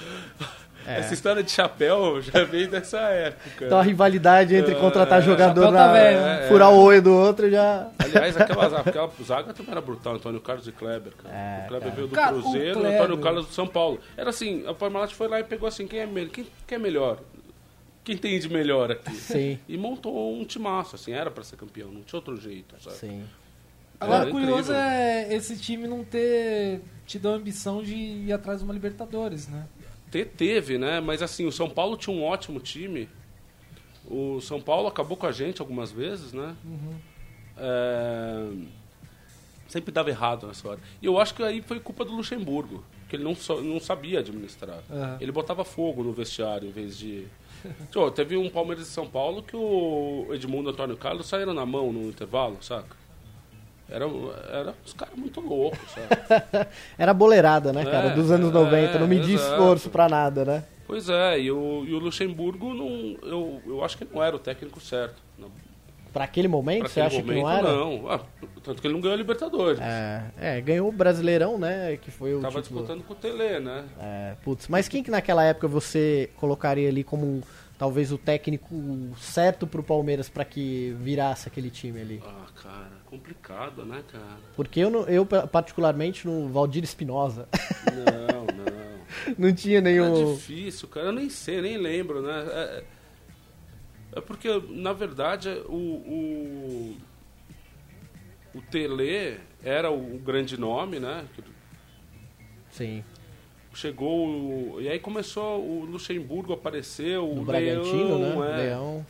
A: É.
B: Essa história de chapéu já veio dessa época.
A: Então a rivalidade entre
B: É.
A: contratar jogador
C: Chapéu tá
A: na-
C: velho,
B: né?
A: furar o olho do outro já.
B: Aliás, aquela, aquela zaga também era brutal. Antônio Carlos e Kleber, cara.
A: É,
B: o Kleber
A: cara.
B: veio do
C: Cara, o
B: Cruzeiro, o,
C: Kleber.
B: Antônio Carlos do São Paulo. Era assim, a Parmalat foi lá e pegou assim, quem é, me- quem, quem é melhor? Quem tem de melhor aqui?
A: Sim.
B: E montou um timaço, assim, era pra ser campeão, não tinha outro jeito, sabe?
A: Sim.
C: Agora,
B: Era
C: curioso
B: incrível.
C: é esse time não ter tido a ambição de ir atrás de uma Libertadores, né?
B: Te- teve, né? Mas assim, o São Paulo tinha um ótimo time. O São Paulo acabou com a gente algumas vezes, né? É, Sempre dava errado nessa hora. E eu acho que aí foi culpa do Luxemburgo, que ele não, só- não sabia administrar.
C: Aham.
B: Ele botava fogo no vestiário em vez de. Tchô, teve um Palmeiras de São Paulo que o Edmundo e o Antônio Carlos saíram na mão no intervalo, saca? Era, era uns caras muito loucos, sabe?
A: Era boleirada, né, cara?
B: É,
A: Dos anos 90. Não
B: é,
A: media
B: exato.
A: esforço pra nada, né?
B: Pois é, e o, e o Luxemburgo, não, eu, eu acho que não era o técnico certo. Não,
A: Pra aquele momento,
B: pra
A: você
B: aquele
A: acha que não era?
B: não. Ah, tanto que ele não ganhou a Libertadores.
A: É, é, ganhou o Brasileirão, né? Que foi o
B: Tava
A: título.
B: disputando com o Tele, né?
A: É, putz, mas quem que naquela época você colocaria ali como talvez o técnico certo pro Palmeiras pra que virasse aquele time ali?
B: Ah, cara, complicado, né, cara?
A: Porque eu, não- eu particularmente, no Valdir Espinosa,
B: Não, não.
A: não tinha
B: É
A: nenhum...
B: difícil, cara. Eu nem sei, nem lembro, né? É, é porque, na verdade, o. O, o Tele era o grande nome, né? Que-
A: Sim,
B: Chegou. o- E aí começou o Luxemburgo apareceu,
A: no
B: o
A: Bragantino,
B: Leão,
A: né?
B: é.
A: Leão...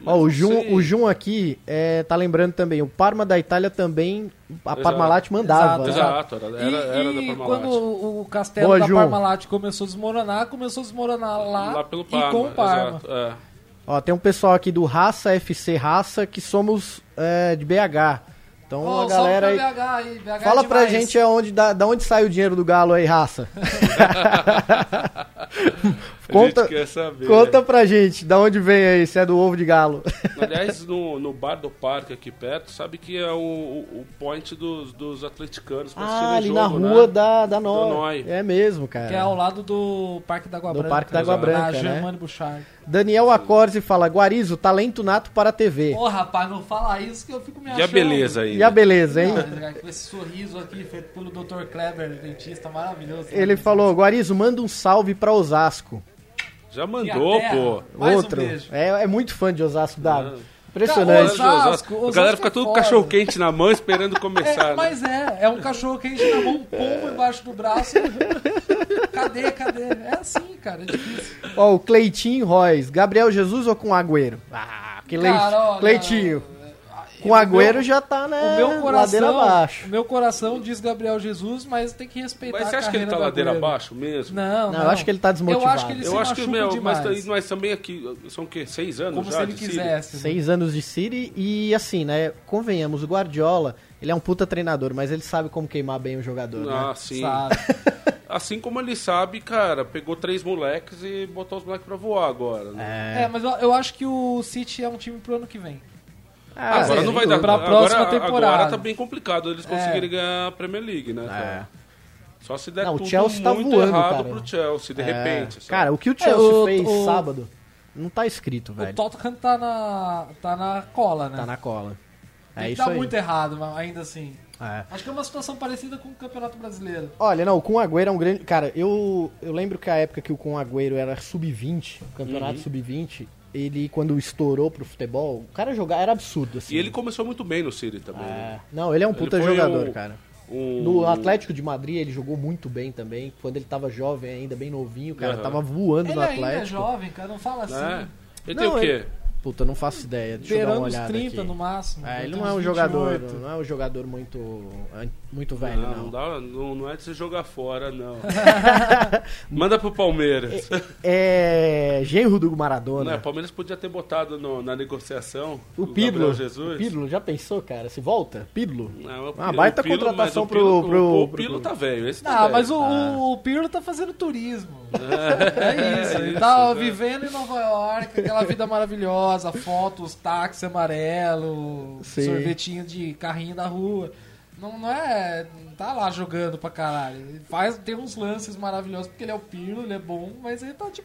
B: Mas
A: Ó, o
B: não
A: Jun,
B: sei.
A: o Jun aqui é, tá lembrando também, o Parma da Itália também, a
B: Exato.
A: Parmalat mandava.
C: Exato.
A: né?
B: Exato, era, era, era
C: e,
B: da
C: e
B: Parmalat.
C: quando o o castelo
A: Boa,
C: da
A: Ju.
C: Parmalat começou a desmoronar, começou a desmoronar lá,
B: Lá pelo
C: e
B: Parma.
C: com o Parma.
B: Exato, é.
A: Ó, tem um pessoal aqui do Raça FC Raça que somos é, de BH. Então
C: Ó,
A: a
C: um salve
A: galera aí.
C: pra BH aí, BH é
A: Fala pra
C: demais.
A: gente aonde, da, da onde sai o dinheiro do Galo aí, Raça.
B: A
A: conta,
B: gente quer saber.
A: conta pra gente, da onde vem aí, se é do ovo de Galo.
B: Aliás, no, no bar do parque aqui perto, sabe que é o, o, o point dos, dos atleticanos pra
A: Ah, ali
B: assistirem
A: na
B: jogo, né?
A: rua da, da Nó.
B: Do Noi.
A: É mesmo, cara.
C: Que é ao lado do Parque da Água
A: Do
C: Branca.
A: Parque da Água
C: na
A: Branca, né?
C: Germano Bouchard.
A: Daniel Acorze fala, Guarizo, talento nato para a TV.
C: Ô, rapaz, não fala isso que eu fico me achando.
B: E a beleza aí.
A: E a beleza, hein?
C: Não, com esse sorriso aqui feito pelo Dr. Kleber, dentista maravilhoso. né?
A: Ele falou, Guarizo, manda um salve pra Osasco.
B: Já
C: E a
B: mandou,
C: terra,
B: pô.
C: Mais
A: Outro.
C: um beijo.
A: é, é muito fã de Osasco Davi.
C: Cara,
A: Impressionante.
C: Osasco, Osasco
B: a galera
C: é
B: fica tudo
C: foda.
B: cachorro quente na mão esperando começar. né?
C: É, mas é, é um cachorro que a gente tomou um
B: É.
C: pombo embaixo do braço. Cadê, cadê? É assim, cara, é difícil.
A: Ó, o Cleitinho Royce. Gabriel Jesus ou com Agüero? Ah, que Leit-
C: Cara, olha,
A: Cleitinho. Com
C: o
A: Agüero
C: meu-
A: já tá, né?
C: o meu coração,
A: Ladeira abaixo.
C: o meu coração diz Gabriel Jesus, mas tem que respeitar
B: Mas você
C: a
B: acha que ele
C: carreira
B: tá
C: do
B: ladeira
C: Agüero.
B: abaixo mesmo?
C: Não,
A: Não,
C: não,
A: eu acho que ele tá
C: Eu acho
A: desmotivado.
C: que ele se
B: Eu acho que,
C: machuca
B: meu,
C: demais.
B: mas, tá mas também aqui são o quê? Seis anos
C: como
B: já
C: se ele
B: de Síria?
C: quisesse. né?
A: Seis anos de City e, assim, né? Convenhamos, o Guardiola, ele é um puta treinador, mas ele sabe como queimar bem o jogador, né?
B: Ah, sim.
C: Sabe?
B: Assim como ele sabe, cara, pegou três moleques e botou os moleques pra voar agora. Né?
A: É.
C: É, mas eu, eu acho que o City é um time pro ano que vem.
A: Ah,
B: agora
A: sim,
B: não vai
A: sem
B: dar
A: dúvida.
C: pra
B: agora-
C: próxima
B: agora- Agora
C: temporada.
B: tá bem complicado
A: É.
B: eles conseguirem ganhar a Premier League, né? cara? Só se der
A: Não, o
B: tudo
A: Chelsea tá
B: muito
A: voando,
B: errado
A: cara.
B: pro Chelsea, de
A: É.
B: repente. sabe?
A: Cara, o que o Chelsea
C: o-
A: fez
C: o-
A: sábado não tá escrito,
C: O
A: velho.
C: Tottenham tá na, tá na cola, né?
A: Tá na cola. É
C: Tem que
A: isso
C: dar
A: aí.
C: muito errado, mas ainda assim.
A: É.
C: Acho que é uma situação parecida com o Campeonato Brasileiro.
A: Olha, não, o Kun Agüero é um grande. Cara, eu, eu lembro que a época que o Kun Agüero era sub-20, campeonato sub-20, ele, quando estourou pro futebol, o cara jogar era absurdo, assim.
B: E ele começou muito bem no City também.
A: É.
B: né?
A: Não, ele é um puta
B: Ele foi
A: jogador,
B: o-
A: cara.
B: Um...
A: No Atlético de Madrid ele jogou muito bem também. Quando ele tava jovem ainda, bem novinho, cara,
B: Aham.
A: tava voando
C: Ele
A: no
C: ainda é
A: Atlético.
C: jovem, cara, não fala assim.
B: Né? Ele
A: Não,
B: tem o quê?
A: ele- Puta, não faço ideia. Deixa eu dar
C: Beirando
A: uma
C: os
A: olhada
C: 30
A: aqui.
C: no máximo.
A: É,
C: deve
A: ele
C: ter
A: não é
C: uns
A: um jogador,
C: 28.
A: não é um jogador muito muito velho
B: não,
A: não.
B: dá- não, não é de se jogar fora, não. Manda pro Palmeiras.
A: É genro do
B: Não, é
A: Maradona.
B: o Né, Palmeiras podia ter botado no- na negociação
A: né? o
B: Gabriel
A: Pirlo.
B: Jesus.
A: O Pirlo já pensou, cara? Se volta? Pirlo.
B: Não, o
A: Uma
B: Pirlo-
A: baita
B: o Pirlo-
A: contratação
B: mas o Pirlo-
A: pro- pro-
B: o- O
A: pro-
B: Pirlo tá velho, esse tá
C: Não,
B: velho.
C: mas o,
A: Ah.
C: o Pirlo tá fazendo turismo. É isso, ele tá
B: né?
C: vivendo em Nova York, aquela vida maravilhosa, fotos, táxi amarelo,
A: Sim.
C: sorvetinho de carrinho da rua. Não, não é. Não tá lá jogando pra caralho. Ele faz, tem uns lances maravilhosos, porque ele é o Pirlo, ele é bom, mas ele tá de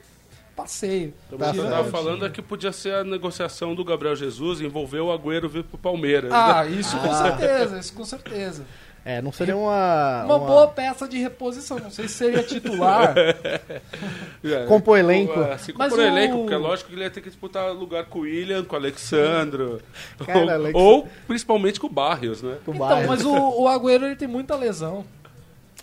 C: passeio.
B: Então,
A: Tá
B: o que eu tava
A: certo.
B: falando é que podia ser a negociação do Gabriel Jesus envolver o Agüero vir pro Palmeiras. né?
C: Ah, isso com
A: Ah.
C: certeza, isso com certeza.
A: É, não seria uma
C: Uma boa peça de reposição, não sei se seria titular.
B: É,
A: Compor elenco.
B: Assim,
C: Mas
B: compor
C: o-
B: elenco, porque é lógico que ele ia ter que disputar lugar com o William, com o Alexandro.
A: Cara,
B: ou,
A: Alex-
B: ou principalmente com o Barrios, né?
A: pro
C: então,
A: Bayern.
C: mas o, o Agüero ele tem muita lesão.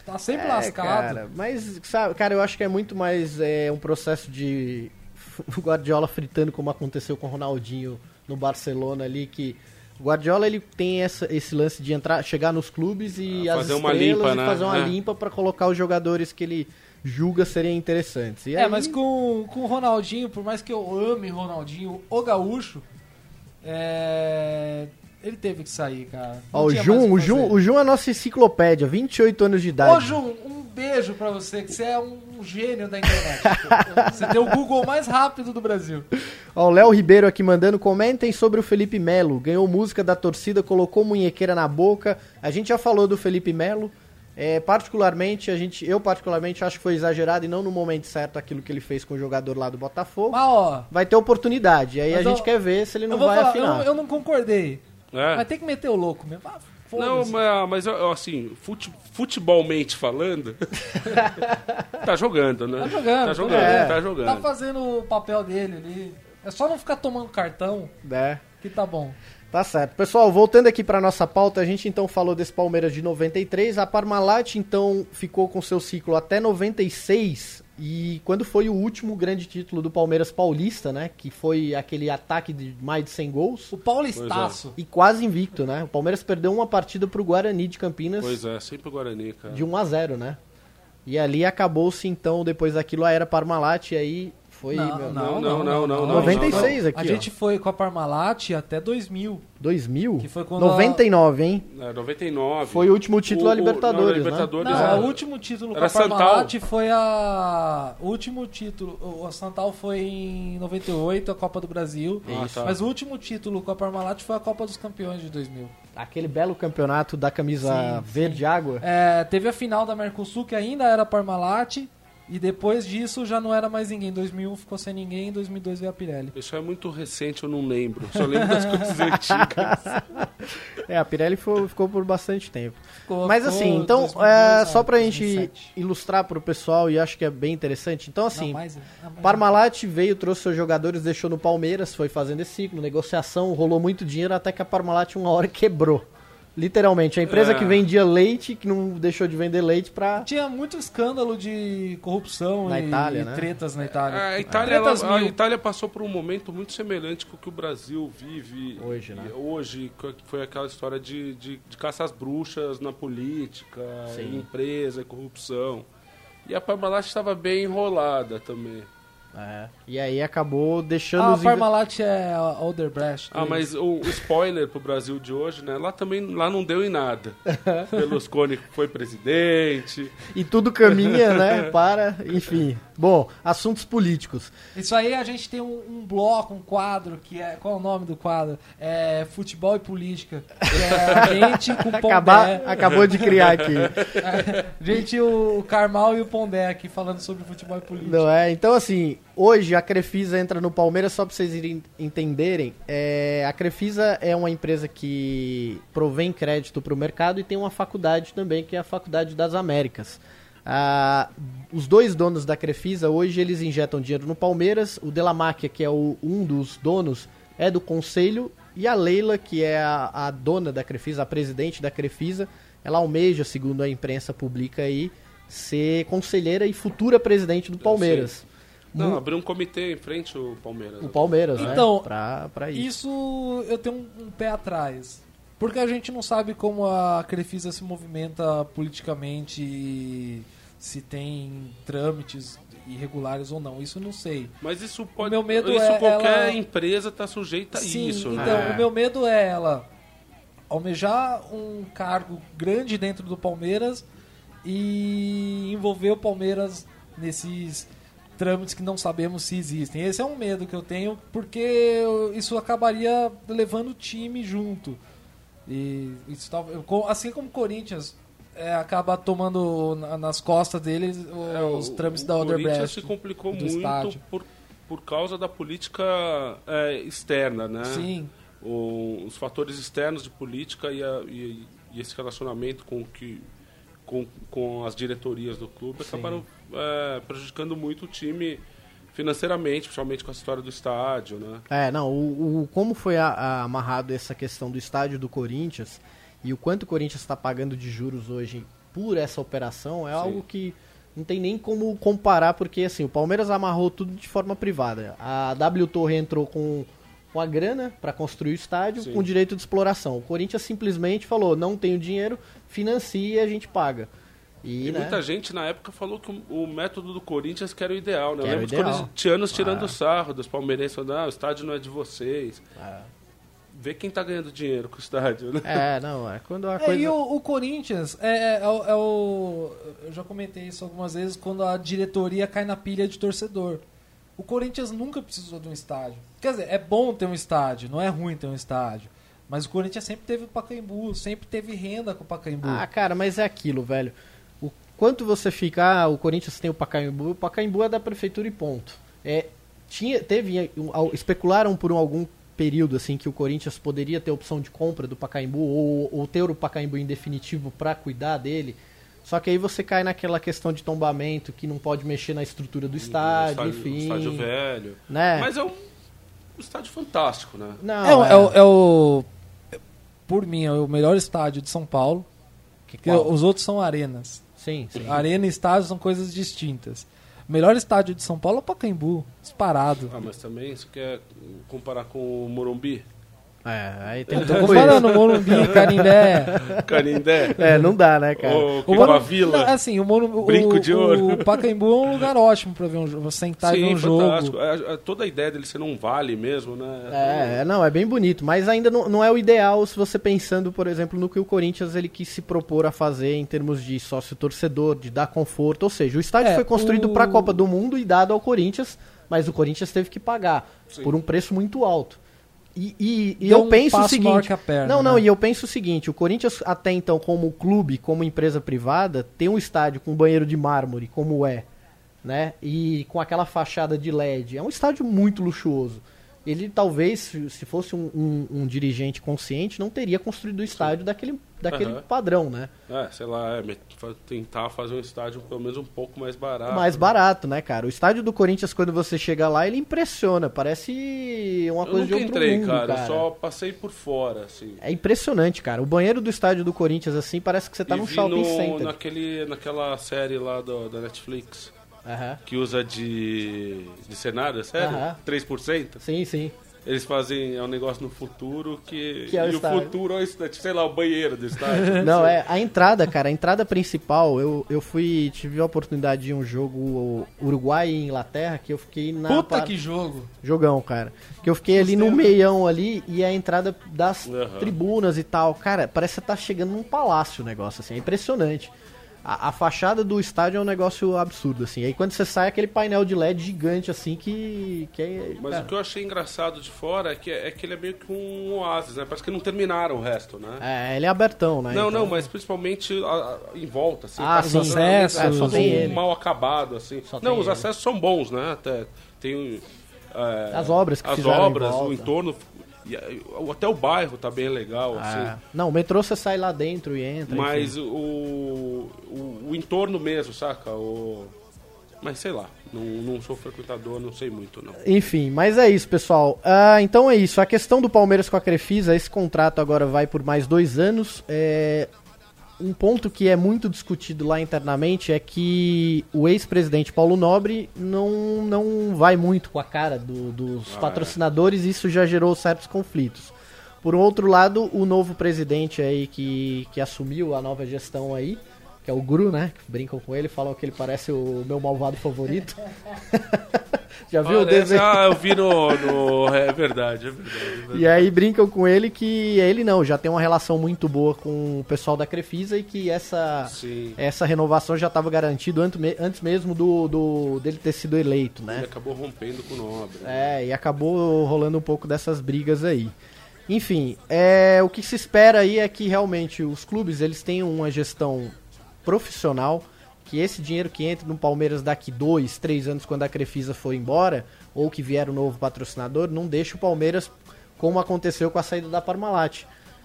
C: Tá sempre
A: É,
C: lascado.
A: Cara, mas, sabe, cara, eu acho que é muito mais é, um processo de o Guardiola fritando como aconteceu com o Ronaldinho no Barcelona ali, que o Guardiola ele tem essa- esse lance de entrar, chegar nos clubes e
B: Ah,
A: as
B: fazer uma
A: estrelas
B: limpa,
A: e
B: né?
A: fazer uma
B: É.
A: limpa pra colocar os jogadores que ele julga serem interessantes. E
C: É,
A: aí-
C: mas com, com o Ronaldinho, por mais que eu ame Ronaldinho, o gaúcho, é, ele teve que sair, cara. Não
A: Ó, o
C: tinha
A: Jun,
C: mais
A: o Jun,
C: fazer.
A: o Jun é a nossa enciclopédia, 28 anos de idade.
C: Ô, Jun, um beijo pra você, que você é um gênio da internet. cara. você tem o Google mais rápido do Brasil.
A: Ó, o Léo Ribeiro aqui mandando, comentem sobre o Felipe Melo. Ganhou música da torcida, colocou munhequeira na boca. A gente já falou do Felipe Melo. É, particularmente, a gente, eu particularmente acho que foi exagerado e não no momento certo aquilo que ele fez com o jogador lá do Botafogo.
C: Mas, ó,
A: Vai ter oportunidade. Aí
C: Mas
A: a
C: eu-
A: gente quer ver se ele não
C: eu vou
A: vai
C: falar, eu,
A: afinar.
C: não- eu não concordei.
B: É.
C: Mas tem que meter o louco mesmo. Ah,
B: Não,
C: foda-se.
B: mas, mas ó, assim, fute, futebolmente falando, tá jogando, né?
C: Tá jogando, tá
B: Tá jogando,
A: jogando.
B: tá jogando.
C: Tá fazendo o papel dele ali. É só não ficar tomando cartão
A: É,
C: que tá bom.
A: Tá certo. Pessoal, voltando aqui pra nossa pauta, a gente então falou desse Palmeiras de 93. A Parmalat então ficou com seu ciclo até 96. E quando foi o último grande título do Palmeiras paulista, né? Que foi aquele ataque de mais de 100 gols.
C: O
B: é.
C: Paulistaço.
A: E quase invicto, né? O Palmeiras perdeu uma partida pro Guarani de Campinas
B: Pois é, sempre o Guarani, cara.
A: de 1 a 0 né? E ali acabou-se então, depois daquilo, a era Parmalat. E aí foi meu,
B: Não, não, não, não, não.
A: 96 aqui,
C: A
A: ó.
C: gente foi com a Parmalat até 2000.
A: 2000?
C: Que foi quando a-
A: 99, hein?
B: É, 99.
A: um- Foi o último título da Libertadores,
B: não,
A: né?
B: Libertadores,
C: Não,
B: é.
C: o último título com
B: Era
C: a Parmalat foi a... O último título... o- A Santal foi em 98, a Copa do Brasil.
A: É
B: Ah, tá.
C: Mas o último título com a Parmalat foi a Copa dos Campeões de 2000.
A: Aquele belo campeonato da camisa
C: Sim,
A: verde-água.
C: É, teve a final da Mercosul, que ainda era Parmalat. E depois disso já não era mais ninguém. Em 2001 ficou sem ninguém, em 2002 veio a Pirelli.
B: Isso é muito recente, eu não lembro. Só lembro das coisas antigas.
A: É, a Pirelli fo- ficou por bastante tempo.
C: Ficou-
A: Mas
C: ficou
A: assim, então,
C: 2002
A: é,
C: a
A: só pra gente
C: 2007.
A: ilustrar pro pessoal, e acho que é bem interessante. Então,
C: Não,
A: assim,
C: mais- ah, mais-
A: Parmalat veio, trouxe seus jogadores, deixou no Palmeiras, foi fazendo esse ciclo, negociação, rolou muito dinheiro, até que a Parmalat uma hora quebrou. Literalmente, a empresa
B: É.
A: que vendia leite, que não deixou de vender leite pra...
C: Tinha muito escândalo de corrupção
A: Na
C: e,
A: Itália,
C: e
A: né?
C: tretas na Itália.
B: É, A Itália, ela-
C: 300
B: a
C: mil.
B: Itália passou por um momento muito semelhante com o que o Brasil vive
A: Hoje, né?
B: e- hoje, que foi aquela história de, de, de caça às bruxas na política, em empresa, em corrupção. E a Parmalat estava bem enrolada também.
A: É. E aí acabou deixando
C: Ah, a
A: os...
C: Parmalat é a Olderbrecht.
B: Ah, mas o, o spoiler pro Brasil de hoje, né? Lá também lá não deu em nada. Berlusconi foi presidente.
A: E tudo caminha, né? Para, enfim. Bom, assuntos políticos.
C: Isso aí a gente tem um, um bloco, um quadro, que é. Qual é o nome do quadro? É Futebol e Política. Que é a gente com o
A: Acabar,
C: Pondé.
A: acabou de criar aqui.
C: A gente, o Carmal e o Pondé aqui falando sobre futebol e política.
A: Não é? Então, assim, hoje a Crefisa entra no Palmeiras, só pra vocês irem- entenderem. é, a Crefisa é uma empresa que provém crédito para o mercado e tem uma faculdade também, que é a Faculdade das Américas. Ah, os dois donos da Crefisa, hoje, eles injetam dinheiro no Palmeiras. O Delamac, que é o- um dos donos, é do Conselho. E a Leila, que é a, a dona da Crefisa, a presidente da Crefisa, ela almeja, segundo a imprensa pública aí, ser conselheira e futura presidente do Palmeiras.
B: Não,
A: Mu-
B: abriu um comitê em frente ao Palmeiras.
A: o Palmeiras, né?
C: Então,
A: Pra, pra isso.
C: Isso eu tenho um, um pé atrás. Porque a gente não sabe como a Crefisa se movimenta politicamente, e se tem trâmites irregulares ou não. Isso eu não sei.
B: Mas isso pode.
C: meu medo
B: isso
C: é
B: qualquer
C: ela-
B: empresa tá sujeita
C: Sim,
B: a isso,
C: então,
B: né?
A: É.
C: o meu medo é ela almejar um cargo grande dentro do Palmeiras e envolver o Palmeiras nesses trâmites que não sabemos se existem. Esse é um medo que eu tenho, porque eu- isso acabaria levando o time junto. E isso tal- eu- co- assim como o Corinthians é, acaba tomando na- nas costas deles
B: É,
C: os trâmites da
B: Corinthians
C: Odebrecht.
B: se complicou
C: do
B: muito
C: estádio.
B: por, por causa da política é, externa, né?
C: Sim,
B: O- os fatores externos de política e, a- e- e esse relacionamento com o que com, com as diretorias do clube acabaram é, prejudicando muito o time financeiramente, principalmente com a história do estádio, né?
A: É, não, o, o- como foi a- a- amarrado essa questão do estádio do Corinthians e o quanto o Corinthians está pagando de juros hoje por essa operação é
B: Sim.
A: algo que não tem nem como comparar, porque assim, o Palmeiras amarrou tudo de forma privada. A W Torre entrou com, com a grana para construir o estádio
B: Sim.
A: com direito de exploração. O Corinthians simplesmente falou, não tenho dinheiro, financia e a gente paga. E,
B: E
A: né,
B: muita gente na época falou que o o método do Corinthians que era o ideal, né?
A: Que
B: Eu
A: era o
B: lembro dos
A: ideal. Ah.
B: corintianos tirando sarro, dos palmeirenses falando, ah, o estádio não é de vocês. Vê quem tá ganhando dinheiro com o estádio, né?
A: É, não, é quando a
C: É,
A: coisa...
C: E o, o Corinthians é, é- é o- é o- Eu já comentei isso algumas vezes quando a diretoria cai na pilha de torcedor. O Corinthians nunca precisou de um estádio. Quer dizer, é bom ter um estádio, não é ruim ter um estádio. Mas o Corinthians sempre teve o Pacaembu, sempre teve renda com o Pacaembu.
A: Ah, cara, mas é aquilo, velho. O quanto você fica, ah, o Corinthians tem o Pacaembu, o Pacaembu é da prefeitura e ponto. É, tinha, teve, eh, um, al- especularam por um- algum período assim que o Corinthians poderia ter opção de compra do Pacaembu ou, ou ter o Pacaembu em definitivo pra cuidar dele. Só que aí você cai naquela questão de tombamento que não pode mexer na estrutura do estádio,
B: Um
A: enfim.
B: um estádio velho.
A: né?
B: Mas é um estádio fantástico, né?
A: não,
C: é, o-
A: é.
C: é o, é o- Por mim, é o melhor estádio de São Paulo.
A: Que-
C: porque
A: qual?
C: Os outros são arenas.
A: Sim, sim.
C: Arena e estádio são coisas distintas. O melhor estádio de São Paulo é o Pacaembu, disparado.
B: Ah, mas também você quer comparar com o Morumbi?
A: É, aí tem
C: Eu tô
A: outra coisa.
C: comparando Morumbi, Canindé.
B: Canindé?
A: É, não dá, né, cara?
B: Ou
C: O
B: Vila
C: Morumbi,
B: Vila?
C: Não, assim, o, Morum,
B: Brinco
C: o,
B: de ouro.
C: o Pacaembu é um lugar ótimo pra ver um jogo, você
A: tá
C: sentar e ver um jogo.
B: É, é, toda a ideia dele ser um vale mesmo, né?
A: É, não, é bem bonito, mas ainda não, não é o ideal se você pensando, por exemplo, no que o Corinthians ele quis se propor a fazer em termos de sócio torcedor, de dar conforto, ou seja, o estádio
C: É,
A: foi construído
C: o-
A: pra Copa do Mundo e dado ao Corinthians, mas o Corinthians teve que pagar
B: Sim.
A: por um preço muito alto. E, e- e
C: Deu
A: eu
C: um
A: penso o
C: passo maior
A: seguinte,
C: que a perna,
A: não, não,
C: né?
A: e eu penso o seguinte, o Corinthians até então como clube, como empresa privada, tem um estádio com banheiro de mármore, como é, né? E com aquela fachada de LED. É um estádio muito luxuoso. Ele talvez, se se fosse um, um- um dirigente consciente, não teria construído o estádio daquele, daquele
B: Aham.
A: padrão, né?
B: É, sei lá, é, me- fa- tentar fazer um estádio pelo menos um pouco mais barato.
A: Mais
B: né?
A: barato, né, cara? O estádio do Corinthians, quando você chega lá, ele impressiona. Parece uma
B: Eu
A: coisa de
B: nunca
A: outro
B: entrei,
A: mundo,
B: cara,
A: cara.
B: Eu só passei por fora, assim.
A: É impressionante, cara. O banheiro do estádio do Corinthians, assim, parece que você tá
B: E
A: num
B: vi
A: shopping
B: no-
A: center.
B: naquele, naquela série lá do- da Netflix,
A: Aham.
B: que usa de, de cenário, é sério?
A: Aham.
B: 3%?
A: Sim, sim.
B: Eles fazem é um negócio no futuro que.
A: Que é o
B: e
A: estádio.
B: o futuro é o estádio, sei lá, o banheiro do estádio.
A: Não, é, a entrada, cara, a entrada principal, eu, eu fui, tive a oportunidade de ir um jogo Uruguai e Inglaterra, que eu fiquei na...
C: Puta
A: par-
C: que né? jogo!
A: Jogão, cara. Que eu fiquei ali no meião ali e é a entrada das
B: Aham.
A: tribunas e tal. Cara, parece que você tá chegando num palácio o negócio, assim. É impressionante. A, a fachada do estádio é um negócio absurdo, assim. Aí quando você sai, aquele painel de LED gigante, assim, que... que é,
B: Mas
A: cara,
B: o que eu achei engraçado de fora é que, é que ele é meio que um oásis, né? Parece que não terminaram o resto, né?
A: é, ele é abertão, né?
B: não,
A: Então-
B: não, mas principalmente a- a- em volta, assim.
A: Ah,
B: tá
A: sim.
B: tudo ali,
C: Acessos,
B: é, só
A: só tem
B: tem
A: ele.
B: um mal acabado, assim.
A: Só tem
B: não, os
A: ele.
B: acessos são bons, né? Até tem um, é,
A: As obras que
B: As
A: fizeram em
B: obras,
A: volta.
B: o entorno. e, é, o- até o bairro tá bem legal,
A: Ah,
B: assim.
A: não, o metrô você sai lá dentro e entra. enfim.
B: Mas o, o, o entorno mesmo, saca? O, mas sei lá, não, não sou frequentador, não sei muito, não.
A: Enfim, mas é isso, pessoal. Ah, então é isso. A questão do Palmeiras com a Crefisa, esse contrato agora vai por mais dois anos. É, um ponto que é muito discutido lá internamente é que o ex-presidente Paulo Nobre não, não vai muito com a cara do- dos
B: Ah, é.
A: patrocinadores e isso já gerou certos conflitos. Por um outro lado, o novo presidente aí que, que assumiu a nova gestão aí, que é o Gru, né? Que brincam com ele, falam que ele parece o meu malvado favorito. já viu o
B: Parece-
A: desenho?
B: Ah, eu vi no, no- É verdade, é verdade. é verdade.
A: E aí brincam com ele que é ele não, já tem uma relação muito boa com o pessoal da Crefisa e que essa,
B: Sim.
A: essa renovação já estava garantida antes, me- antes mesmo do, do- dele ter sido eleito, né?
B: Ele acabou rompendo com o nobre.
A: É, e acabou rolando um pouco dessas brigas aí. Enfim, é, o que se espera aí é que realmente os clubes eles tenham uma gestão profissional, que esse dinheiro que entra no Palmeiras daqui dois, três anos, quando a Crefisa for embora, ou que vier um novo patrocinador, não deixe o Palmeiras como aconteceu com a saída da Parmalat.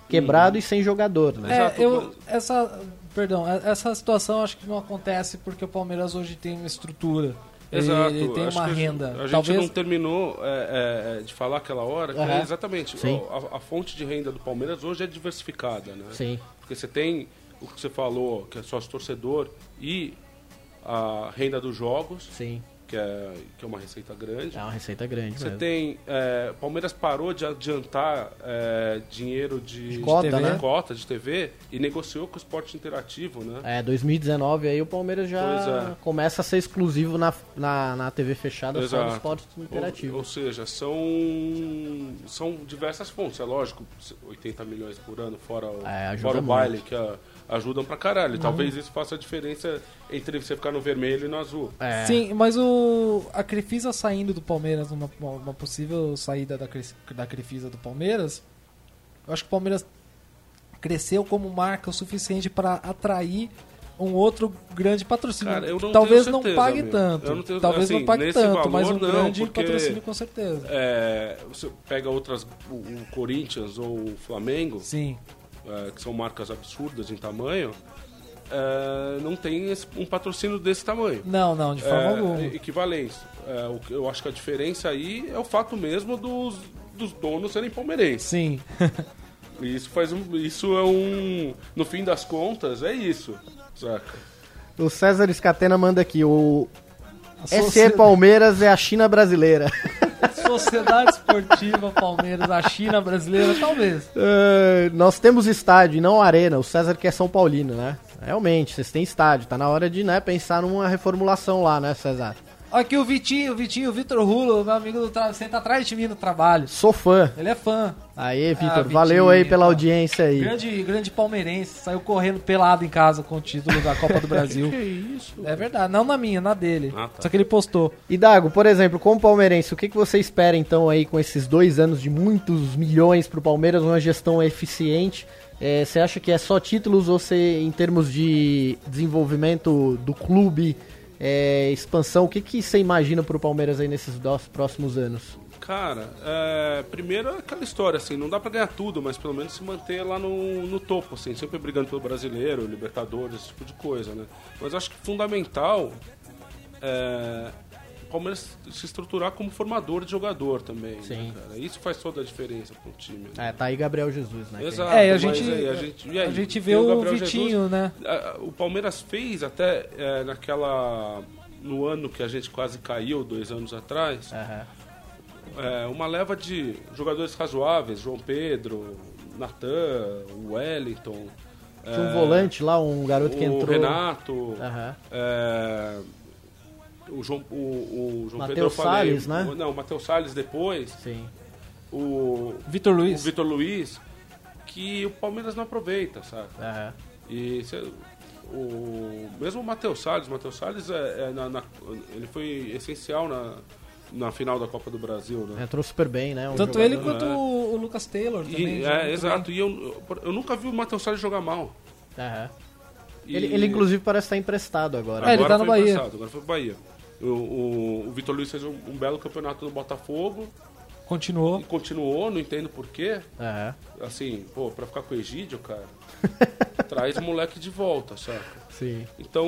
A: Quebrado e sem jogador, né?
C: É,
B: Exato,
C: eu, essa, perdão, é- essa situação acho que não acontece porque o Palmeiras hoje tem uma estrutura, ele-
B: Exato.
C: ele tem
B: acho
C: uma
B: que a gente-
C: renda.
B: A gente
C: Talvez
B: não terminou é, é, é, de falar aquela hora, que é
A: Aham.
B: exatamente.
A: Sim.
B: A, a fonte de renda do Palmeiras hoje é diversificada, né?
A: Sim.
B: Porque você tem o que você falou, que é sócio torcedor e a renda dos jogos,
A: Sim,
B: que é, que é uma receita grande.
A: é uma receita grande
B: Você
A: mesmo.
B: tem. é, Palmeiras parou de adiantar é, dinheiro de,
A: De cota,
B: de TV,
A: né?
B: cota de TV e negociou com o esporte interativo, né?
A: É, 2019 aí o Palmeiras já
B: Pois é.
A: começa a ser exclusivo na, na, na TV fechada só no
B: Exato.
A: esporte interativo.
B: Ou, ou seja, são, são diversas fontes, é lógico, 80 milhões por ano, fora o,
A: É, ajuda
B: fora
A: muito.
B: o
A: Uhum.
B: baile, que ah, ajudam pra caralho. Talvez isso faça a diferença entre você ficar no vermelho e no azul.
A: É.
C: Sim, mas o a Crefisa saindo do Palmeiras, uma, uma- uma possível saída da, Cres- da Crefisa do Palmeiras, eu acho que o Palmeiras cresceu como marca o suficiente para atrair um outro grande patrocínio.
B: Cara, eu não
C: Talvez
B: tenho
C: não
B: certeza,
C: pague
B: amigo.
C: tanto.
B: Eu não tenho-
C: talvez
B: assim,
C: não pague
B: nesse
C: tanto,
B: valor,
C: mas um
B: não,
C: grande
B: porque-
C: patrocínio com certeza.
B: É, você pega outras, o, o Corinthians ou o Flamengo,
C: Sim.
B: é, que são marcas absurdas em tamanho, é, não tem esse- um patrocínio desse tamanho.
C: Não, não, de forma alguma.
B: é, equivalentes. É, o que eu acho que a diferença aí é o fato mesmo dos, dos donos serem palmeirenses.
C: Sim.
B: E Isso faz um, isso é um, no fim das contas, é isso. Saca?
A: O César Escatena manda aqui, o
C: A
A: SE
C: socie-
A: Palmeiras é a China brasileira.
C: Sociedade Esportiva Palmeiras, a China brasileira, talvez.
A: Eh, nós temos estádio e não arena, o César que é São Paulino, né? Realmente, vocês têm estádio, tá na hora de né, pensar numa reformulação lá, né, César?
C: Aqui o Vitinho, o Vitinho, o Vitor Rulo, meu amigo do trabalho, senta atrás de mim no trabalho.
A: Sou fã.
C: Ele é fã.
A: Aí, Vitor,
C: Vitinho,
A: valeu aí pela
C: tá.
A: audiência aí.
C: Grande, grande palmeirense, saiu correndo pelado em casa com o título da Copa do Brasil.
B: Que isso?
C: É verdade, não na minha, na dele.
B: Ah, tá.
C: Só que ele postou.
A: E Dago, por exemplo, como palmeirense, o que, que você espera então aí com esses dois anos de muitos milhões pro Palmeiras, uma gestão eficiente? Eh, Você acha que é só títulos ou você, em termos de desenvolvimento do clube, eh, expansão, o que, que você imagina pro Palmeiras aí nesses dois próximos anos?
B: Cara, é, primeiro é aquela história, assim, não dá pra ganhar tudo, mas pelo menos se manter lá no, no topo, assim, sempre brigando pelo brasileiro, Libertadores, esse tipo de coisa, né? Mas acho que fundamental é o Palmeiras se estruturar como formador de jogador também, né,
A: Sim.
B: cara? Isso faz toda a diferença pro time. né?
A: É, tá aí Gabriel Jesus, né?
B: Exato.
C: É, e a
B: mas
C: gente,
B: aí, a gente, e
C: a
B: aí?
C: gente
B: Tem
C: vê o,
B: Gabriel Jesus,
C: Vitinho, né?
B: a- O Palmeiras fez até é, naquela. No ano que a gente quase caiu, dois anos atrás,
A: Aham.
B: é, uma leva de jogadores razoáveis, João Pedro, Natan, o Wellington.
A: Tinha um
B: é,
A: volante lá, um garoto que
B: o
A: entrou.
B: Renato.
A: Aham.
B: é, o João, o, o João
A: Matheus
B: Pedro eu falei,
A: Salles, né?
B: o- não, o Matheus Salles depois.
A: Sim.
B: O,
C: Vitor
B: o
C: Luiz.
B: Vitor Luiz. Que o Palmeiras não aproveita, sabe?
A: Aham.
B: E cê- o, mesmo o Matheus Salles, o Matheus Salles é, é na- na- ele foi essencial na, na final da Copa do Brasil, né?
A: Entrou super bem, né? Um
C: Tanto
A: jogador-
C: ele quanto o, o Lucas Taylor também.
B: E,
C: joga muito
B: é,
C: bem.
B: exato, e eu, eu nunca vi o Matheus Salles jogar mal.
A: Aham.
B: E-
A: Ele, ele, inclusive, parece estar emprestado agora.
C: É, ele tá no
B: foi
C: Bahia.
B: emprestado, Agora foi pro Bahia. O, o, o Vitor Luiz fez um, um belo campeonato no Botafogo e
C: Continuou.
B: continuou, não entendo porquê.
A: Aham.
B: Assim, pô, pra ficar com o Egídio, cara, traz o moleque de volta, saca?
A: Sim.
B: Então,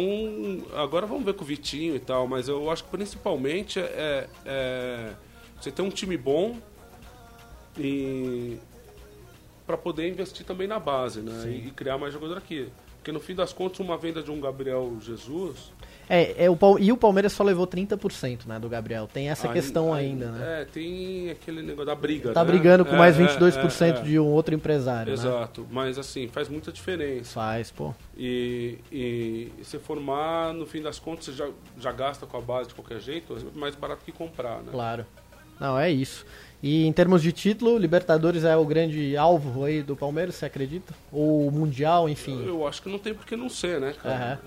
B: agora vamos ver com o Vitinho e tal, mas eu acho que principalmente é, é você ter um time bom e para poder investir também na base, né? E, e criar mais jogador aqui. Porque no fim das contas, uma venda de um Gabriel Jesus.
A: É, é o, Pal- e o Palmeiras só levou 30%, né, do Gabriel. Tem essa questão ainda, né?
B: É, tem aquele negócio da briga.
A: Tá
B: né?
A: brigando com
B: É,
A: mais
B: é,
A: 22%
B: é, é.
A: de um outro empresário, né?
B: Exato, mas assim, faz muita diferença.
A: Faz, pô.
B: E, e se formar, no fim das contas, você já, já gasta com a base de qualquer jeito, é mais barato que comprar, né?
A: Claro. Não, é isso. E em termos de título, Libertadores é o grande alvo aí do Palmeiras, você acredita? Ou Mundial, enfim.
B: Eu acho que não tem por que não ser, né, cara?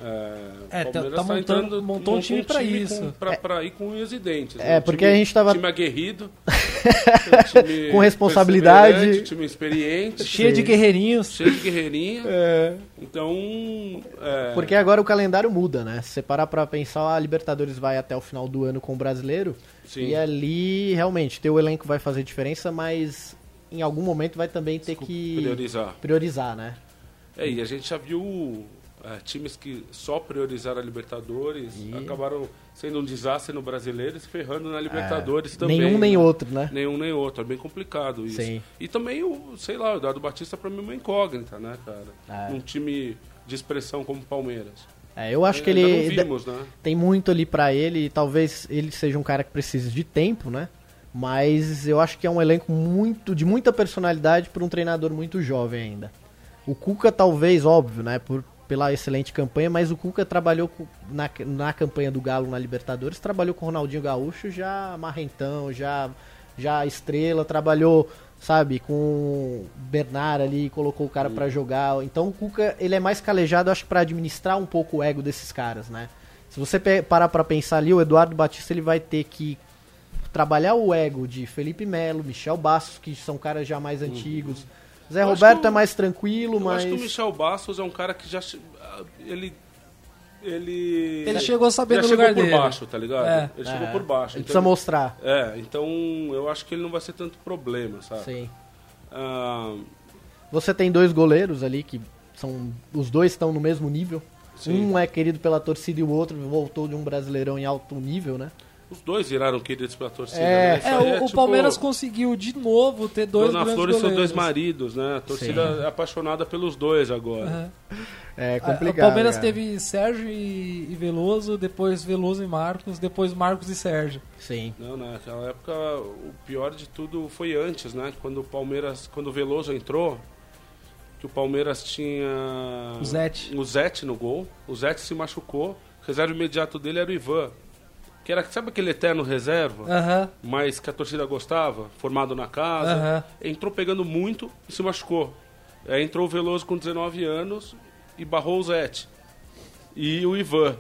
C: É, tá-
B: o Palmeiras
C: tá montando- montou um
B: montou
C: time pra
B: com-
C: isso.
B: pra, pra ir com os dentes.
A: É,
B: Um
A: porque
B: time-
A: a gente tava-
B: Time aguerrido. um time
A: Com responsabilidade.
B: perseverante, Time experiente.
C: Cheia de
A: Sim.
C: guerreirinhos.
B: cheio de guerreirinha. Então. é,
A: É. Porque agora o calendário muda, né? Se você parar pra pensar, a Libertadores vai até o final do ano com o brasileiro.
B: Sim.
A: E ali, realmente, teu elenco vai fazer diferença, mas em algum momento vai também ter é que
B: priorizar.
A: priorizar, né?
B: É, e a gente já viu é, times que só priorizaram a Libertadores acabaram sendo um desastre no brasileiro e se ferrando na Libertadores também.
A: É. Nenhum nem
B: né?
A: outro, né?
B: Nenhum nem outro, é bem complicado isso.
A: Sim.
B: E também o, sei lá, o Dado Batista pra mim é uma incógnita, né, cara?
A: É.
B: Num time de expressão como o Palmeiras.
A: É, eu acho que
B: Ainda
A: ele
B: não vimos, né?
A: tem muito ali pra ele, e talvez ele seja um cara que precise de tempo, né? Mas eu acho que é um elenco muito de muita personalidade para um treinador muito jovem ainda. O Cuca talvez, óbvio, né, por pela excelente campanha, mas o Cuca trabalhou com- na, na campanha do Galo na Libertadores, trabalhou com o Ronaldinho Gaúcho, já marrentão, já já estrela, trabalhou, sabe, com o Bernard ali, colocou o cara pra jogar. Então o Cuca, ele é mais calejado, acho, pra administrar um pouco o ego desses caras, né? Se você pe- parar pra pensar ali, o Eduardo Batista ele vai ter que trabalhar o ego de Felipe Melo, Michel Bastos, que são caras já mais antigos. Zé
B: Uhum. Eu acho
A: Roberto
B: que o-
A: é mais tranquilo,
B: Eu
A: mas
B: acho que o Michel Bastos é um cara que já. che- ah, Ele. Ele.
C: Ele chegou sabendo
B: já
C: o lugar
B: chegou por
C: dele.
B: baixo, tá ligado?
C: É.
B: Ele
A: É,
B: chegou por baixo.
A: Ele
B: então
A: precisa mostrar.
B: É, então eu acho que ele não vai ser tanto problema, sabe?
A: Sim.
B: Ah,
A: Você tem dois goleiros ali que são os dois estão no mesmo nível.
B: Sim.
A: Um é querido pela torcida e o outro voltou de um brasileirão em alto nível, né?
B: os dois viraram queridos pela torcida.
A: É.
B: né? Isso
C: É,
B: aí
C: o, o
B: tipo,
C: Palmeiras conseguiu de novo ter dois
B: Dona
C: grandes
B: Flores são dois
C: goleiros.
B: maridos, né? A torcida é apaixonada pelos dois agora.
C: Aham.
A: É
C: A-
A: complicado.
C: Ah, o Palmeiras
A: cara.
C: teve Sérgio e, e Veloso, depois Veloso e Marcos, depois Marcos e Sérgio.
A: Sim.
B: Não, naquela época o pior de tudo foi antes, né? Quando o Palmeiras, quando o Veloso entrou, que o Palmeiras tinha
C: O Zete.
B: o Zete no gol. O Zete se machucou. O reserva imediato dele era o Ivan. Que era, sabe aquele eterno reserva?
C: Aham.
B: mas que a torcida gostava, formado na casa,
C: Aham.
B: entrou pegando muito e se machucou. Aí entrou o Veloso com 19 anos e barrou o Zete. E o Ivan.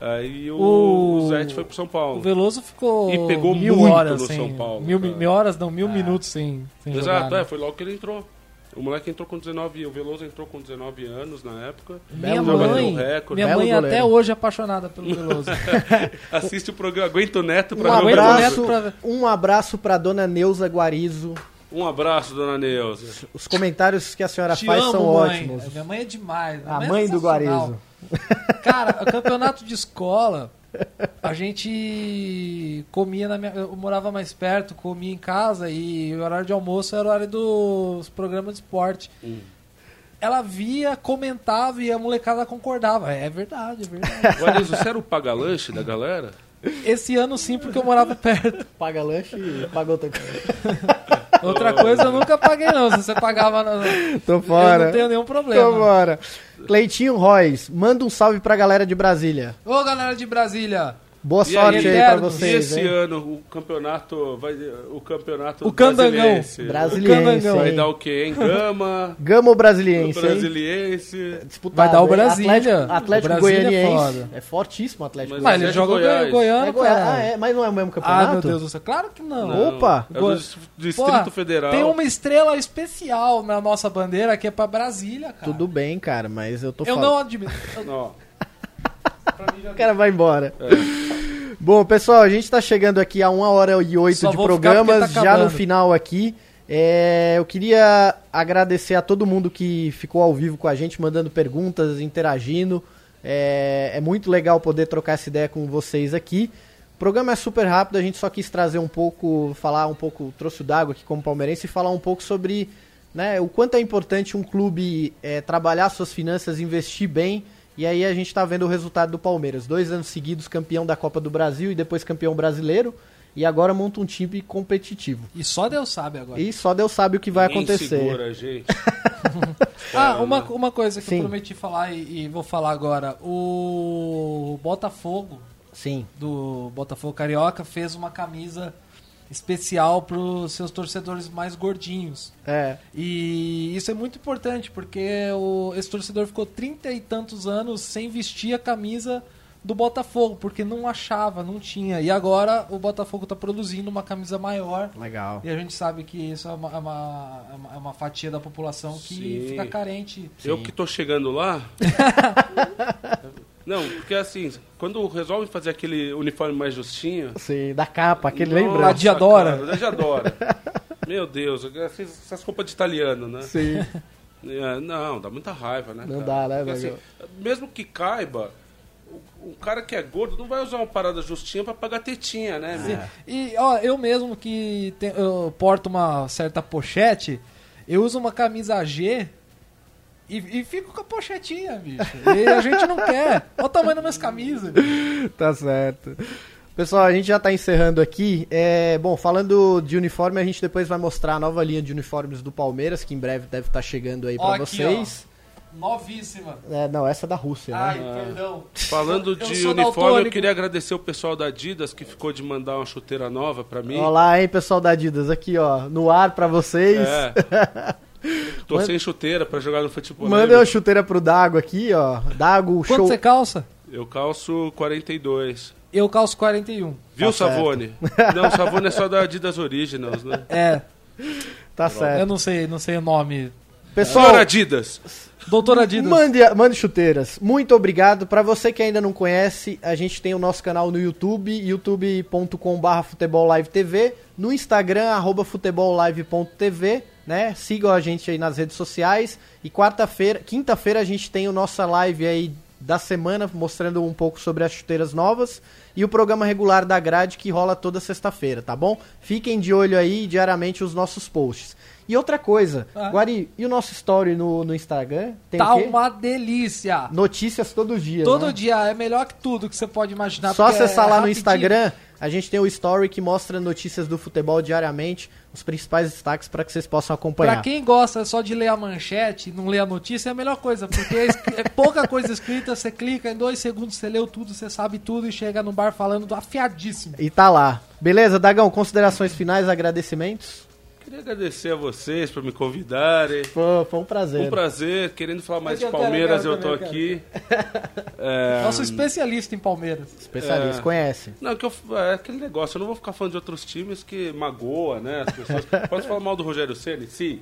B: Aí o,
C: O-
B: o Zete foi pro São Paulo.
C: O Veloso ficou
B: E pegou
C: mil
B: muito
C: horas
B: no
C: sem,
B: São Paulo,
C: Mil,
B: cara. É.
C: mil horas não, mil minutos sem, sem
B: Exato,
C: jogar.
B: é, foi logo que ele entrou. O moleque entrou com 19, o Veloso entrou com 19 anos na época.
C: Minha
A: Belo
B: goleiro. um
C: mãe,
B: Recorde.
C: minha
A: Belo
C: mãe
A: goleiro.
C: até hoje é apaixonada pelo Veloso.
B: Assiste o programa, aguenta o Neto
A: Um
B: pra ver o
C: abraço.
A: abraço,
B: Veloso.
C: pra-
A: um abraço pra dona Neuza Guarizo.
B: Um abraço, dona Neuza.
A: Os comentários que a senhora
C: Te
A: faz
C: amo,
A: são
C: mãe.
A: ótimos.
C: É, Minha mãe é demais. minha
A: A
C: é
A: mãe do
C: sensacional.
A: Guarezo.
C: Cara, o campeonato de escola, a gente comia na minha. Eu morava mais perto, comia em casa e o horário de almoço era o horário dos programas de esporte.
B: Um.
C: Ela via, comentava e a molecada concordava. É verdade, é verdade.
B: Guarizo, você era o paga-lanche da galera?
C: Esse ano sim, porque eu morava perto.
A: Paga lanche e paga outra coisa.
C: Outra coisa eu nunca paguei, não. Se você pagava. na-
A: Tô
C: Eu
A: fora. Tá
C: não tenho nenhum
A: Tô
C: problema.
A: fora. Cleitinho Reis, manda um salve pra galera de Brasília.
C: Ô galera de Brasília!
A: Boa
B: E
A: sorte
B: aí,
A: aí, pra
C: Leandro?
B: E
A: vocês.
B: esse
A: hein?
B: ano o campeonato vai o campeonato
C: O Candangão.
B: brasiliense.
A: Brasiliense.
C: Candangão.
A: hein?
B: Vai dar o quê? Em Gama,
A: Gama ou
B: o
A: brasiliense? hein?
B: brasiliense.
A: Disputado,
C: Vai dar o
A: hein?
C: Brasília.
A: Atlético, Atlético
C: O Brasília é
A: Goianiense.
C: foda.
A: É, fortíssimo o Atlético
B: Mas
C: Mas
B: é
C: ele
B: de
C: joga o
B: Goiás.
C: Goi- Goiano,
A: É Goiás.
C: cara.
A: Ah, é, mas não é o mesmo campeonato?
C: Ah, meu Deus do céu. Claro que não.
A: Não. Opa!
B: É
C: Go-
B: do Dis- Distrito
C: Pô,
B: Federal.
C: Tem uma estrela especial na nossa bandeira que é pra Brasília, cara.
A: Tudo bem, cara, mas eu tô
C: eu
A: falando.
C: não admito. Eu-
B: Ó,
A: O cara vai embora.
C: É.
A: Bom, pessoal, a gente tá chegando aqui a 1 hora e 8
C: Só
A: de
C: vou ficar porque
A: programas,
C: tá
A: já no
C: acabando.
A: final aqui. É, eu queria agradecer a todo mundo que ficou ao vivo com a gente, mandando perguntas, interagindo. É, é muito legal poder trocar essa ideia com vocês aqui. O programa é super rápido, a gente só quis trazer um pouco, falar um pouco, trouxe o Dago aqui como palmeirense e falar um pouco sobre né? O quanto é importante um clube é, trabalhar suas finanças, investir bem. E aí a gente está vendo o resultado do Palmeiras. Dois anos seguidos campeão da Copa do Brasil e depois campeão brasileiro. E agora monta um time competitivo.
C: E só Deus sabe agora.
A: E só Deus sabe o que vai
B: Ninguém
A: acontecer.
B: segura a gente.
C: Ah,
B: É,
C: uma,
B: né?
C: uma coisa que
A: Sim.
C: eu prometi falar e, e vou falar agora. O Botafogo,
A: Sim.
C: do Botafogo Carioca, fez uma camisa especial para os seus torcedores mais gordinhos.
A: É.
C: E isso é muito importante, porque o, esse torcedor ficou trinta e tantos anos sem vestir a camisa do Botafogo, porque não achava, não tinha. E agora o Botafogo está produzindo uma camisa maior.
A: Legal.
C: E a gente sabe que isso é uma, é uma, é uma- é uma fatia da população que
B: Sim.
C: fica carente.
B: Eu que tô chegando lá. Não, porque assim, quando resolve fazer aquele uniforme mais justinho.
A: Sim, da capa, aquele
B: Nossa,
A: lembra?
C: Adiadora.
B: cara, Adiadora. Meu Deus, essas essas roupas de italiano, né?
A: Sim.
B: É, não, dá muita raiva, né?
A: Não dá,
B: cara?
A: né,
B: Porque,
A: velho?
B: assim, mesmo que caiba, o, o cara que é gordo não vai usar uma parada justinha pra pagar tetinha, né?
A: É.
B: meu?
C: E ó, eu mesmo que te- eu porto uma certa pochete, eu uso uma camisa G e, e fico com a pochetinha, bicho. E a gente não quer. Olha o tamanho das minhas camisas. bicho.
A: tá certo. Pessoal, a gente já está encerrando aqui. É, bom, falando de uniforme, a gente depois vai mostrar a nova linha de uniformes do Palmeiras, que em breve deve estar chegando aí
C: Ó,
A: para
C: aqui,
A: vocês.
C: Novíssima.
A: É, não, essa é da Rússia,
C: Ai,
A: né?
C: perdão.
B: Falando
C: Eu
B: de
C: sou
B: uniforme,
C: daltônico.
B: eu queria agradecer o pessoal da Adidas que ficou de mandar uma chuteira nova pra mim.
A: Olá, hein, pessoal da Adidas, aqui, ó, no ar para vocês.
B: É. Tô sem chuteira pra jogar no futebol.
A: Manda uma chuteira pro Dago aqui, ó. Dago,
C: Quanto
A: show.
C: você calça?
B: Eu calço 42.
C: Eu calço 41.
B: Viu,
A: Tá certo.
B: Savone? Não, Savone é só da Adidas Originals, né?
C: É,
A: Tá
C: eu
A: certo.
C: não sei, não sei o nome.
A: Pessoal,
B: Senhora Adidas!
C: Doutora Adidas.
A: Mande, mande chuteiras. Muito obrigado. Pra você que ainda não conhece, a gente tem o nosso canal no YouTube, youtube.com.br futebollive.tv, no Instagram, arroba futebollive.tv, né? Sigam a gente aí nas redes sociais. E quarta-feira, quinta-feira a gente tem a nossa live aí da semana, mostrando um pouco sobre as chuteiras novas e o programa regular da grade que rola toda sexta-feira, tá bom? Fiquem de olho aí diariamente os nossos posts. E outra coisa,
C: Ah.
A: Guari, e o nosso story no, no Instagram? Tem
C: tá
A: o quê?
C: uma delícia.
A: Notícias todo dia.
C: Todo
A: né?
C: dia é melhor que tudo que você pode imaginar.
A: Só
C: porque é
A: acessar lá no
C: rapidinho.
A: Instagram, a gente tem o story que mostra notícias do futebol diariamente, os principais destaques para que vocês possam acompanhar.
C: Pra quem gosta só de ler a manchete, não ler a notícia, é a melhor coisa, porque é, escri- é pouca coisa escrita, você clica, em dois segundos você leu tudo, você sabe tudo e chega no bar falando do afiadíssimo.
A: E tá lá. Beleza, Dagão, considerações finais, agradecimentos?
B: Queria agradecer a vocês por me convidarem.
A: Foi, foi um prazer.
B: Um prazer, querendo falar mais
C: Eu
B: de
C: quero,
B: Palmeiras,
C: eu
B: eu
C: um quero
B: tô
C: também,
B: aqui. É,
C: Nosso especialista em Palmeiras.
A: Especialista,
B: É.
A: conhece.
B: Não, que eu, é aquele negócio, eu não vou ficar falando de outros times que magoa, né? As pessoas. Posso falar mal do Rogério Ceni? Sim.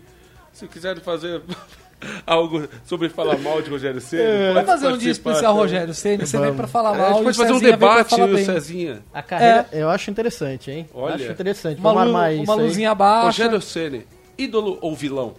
B: Se quiserem fazer algo sobre falar mal de Rogério Ceni,
C: Vamos fazer um dia especial, Rogério Ceni, você vem pra falar
B: É, a
C: mal e o
B: gente pode fazer um
C: Cezinha vem pra
B: debate,
C: falar
B: eu e o
C: bem.
B: Cezinha.
A: A carreira, É, eu acho interessante, hein?
B: Olha.
A: acho interessante.
C: Uma,
A: Vamos
C: lu-
A: armar isso.
C: uma
A: aí.
C: luzinha baixa.
B: Rogério Ceni, ídolo ou vilão?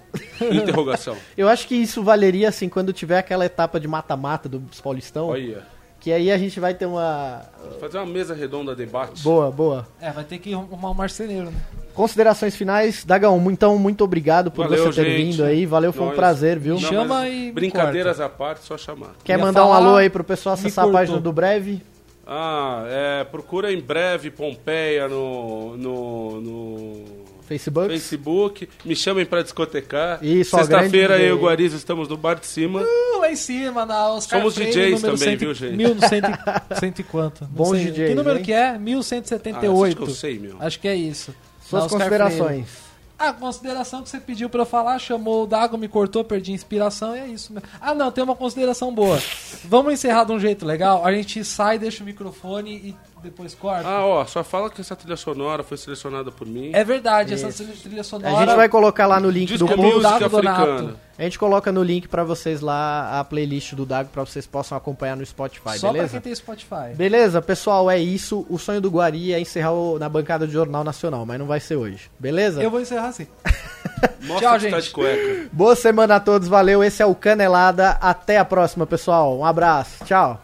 B: Interrogação.
A: Eu acho que isso valeria, assim, quando tiver aquela etapa de mata-mata do Paulistão,
B: Olha.
A: que aí a gente vai ter uma...
B: Fazer uma mesa redonda debate.
A: Boa, boa.
C: É, vai ter que arrumar um marceneiro, né?
A: Considerações finais, Dagão, então muito obrigado por
B: Valeu,
A: você ter
B: gente.
A: vindo aí. Valeu, foi um
B: Nós-
A: prazer, viu?
B: Não,
C: Chama
B: mas
C: e me
B: Brincadeiras à parte, só chamar.
A: Quer
C: Ia
A: mandar um
C: falar,
A: alô aí pro pessoal
C: me
A: acessar a
C: curto.
A: página do Breve?
B: Ah, é, procura em breve Pompeia no, no, no
A: Facebook?
B: Facebook. Me chamem pra discotecar.
A: Isso, ó,
B: Sexta-feira
A: grande
B: eu e o
A: ideia.
B: Guarizo estamos no bar de cima.
C: Uh, lá em cima, na Oscar
B: Somos
C: Freire,
B: DJs
C: número
B: também,
C: cento-
B: viu, gente?
C: Mil, cento, e- cento e quanto? Não
A: Bons
C: sei.
A: DJs,
C: Que número
A: hein?
C: que é?
B: Ah, acho
C: 1178.
B: que eu sei, meu.
C: Acho que é isso.
A: Suas
C: Na Oscar Freire.
A: considerações.
C: A consideração que você pediu pra eu falar, chamou o Dago, me cortou, perdi a inspiração, e é isso mesmo. Ah, não, tem uma consideração boa. Vamos encerrar de um jeito legal? A gente sai, deixa o microfone e depois corta.
B: Ah, ó, só fala que essa trilha sonora foi selecionada por mim.
C: é verdade, essa trilha sonora.
A: A gente vai colocar lá no link do
B: Disco
C: povo
A: post.
B: Music
C: Dago Donato.
B: é africana.
A: A gente coloca no link pra vocês lá a playlist do Dago pra vocês possam acompanhar no Spotify,
C: Só pra
A: beleza?
C: quem tem Spotify.
A: Beleza, pessoal, é isso. O sonho do Guari é encerrar o- na bancada do Jornal Nacional, mas não vai ser hoje. Beleza?
C: Eu vou encerrar assim.
B: Mostra
C: Tchau,
B: que tá
C: gente.
B: de cueca.
A: Boa semana a todos, valeu. Esse é o Canelada. Até a próxima, pessoal. Um abraço. Tchau.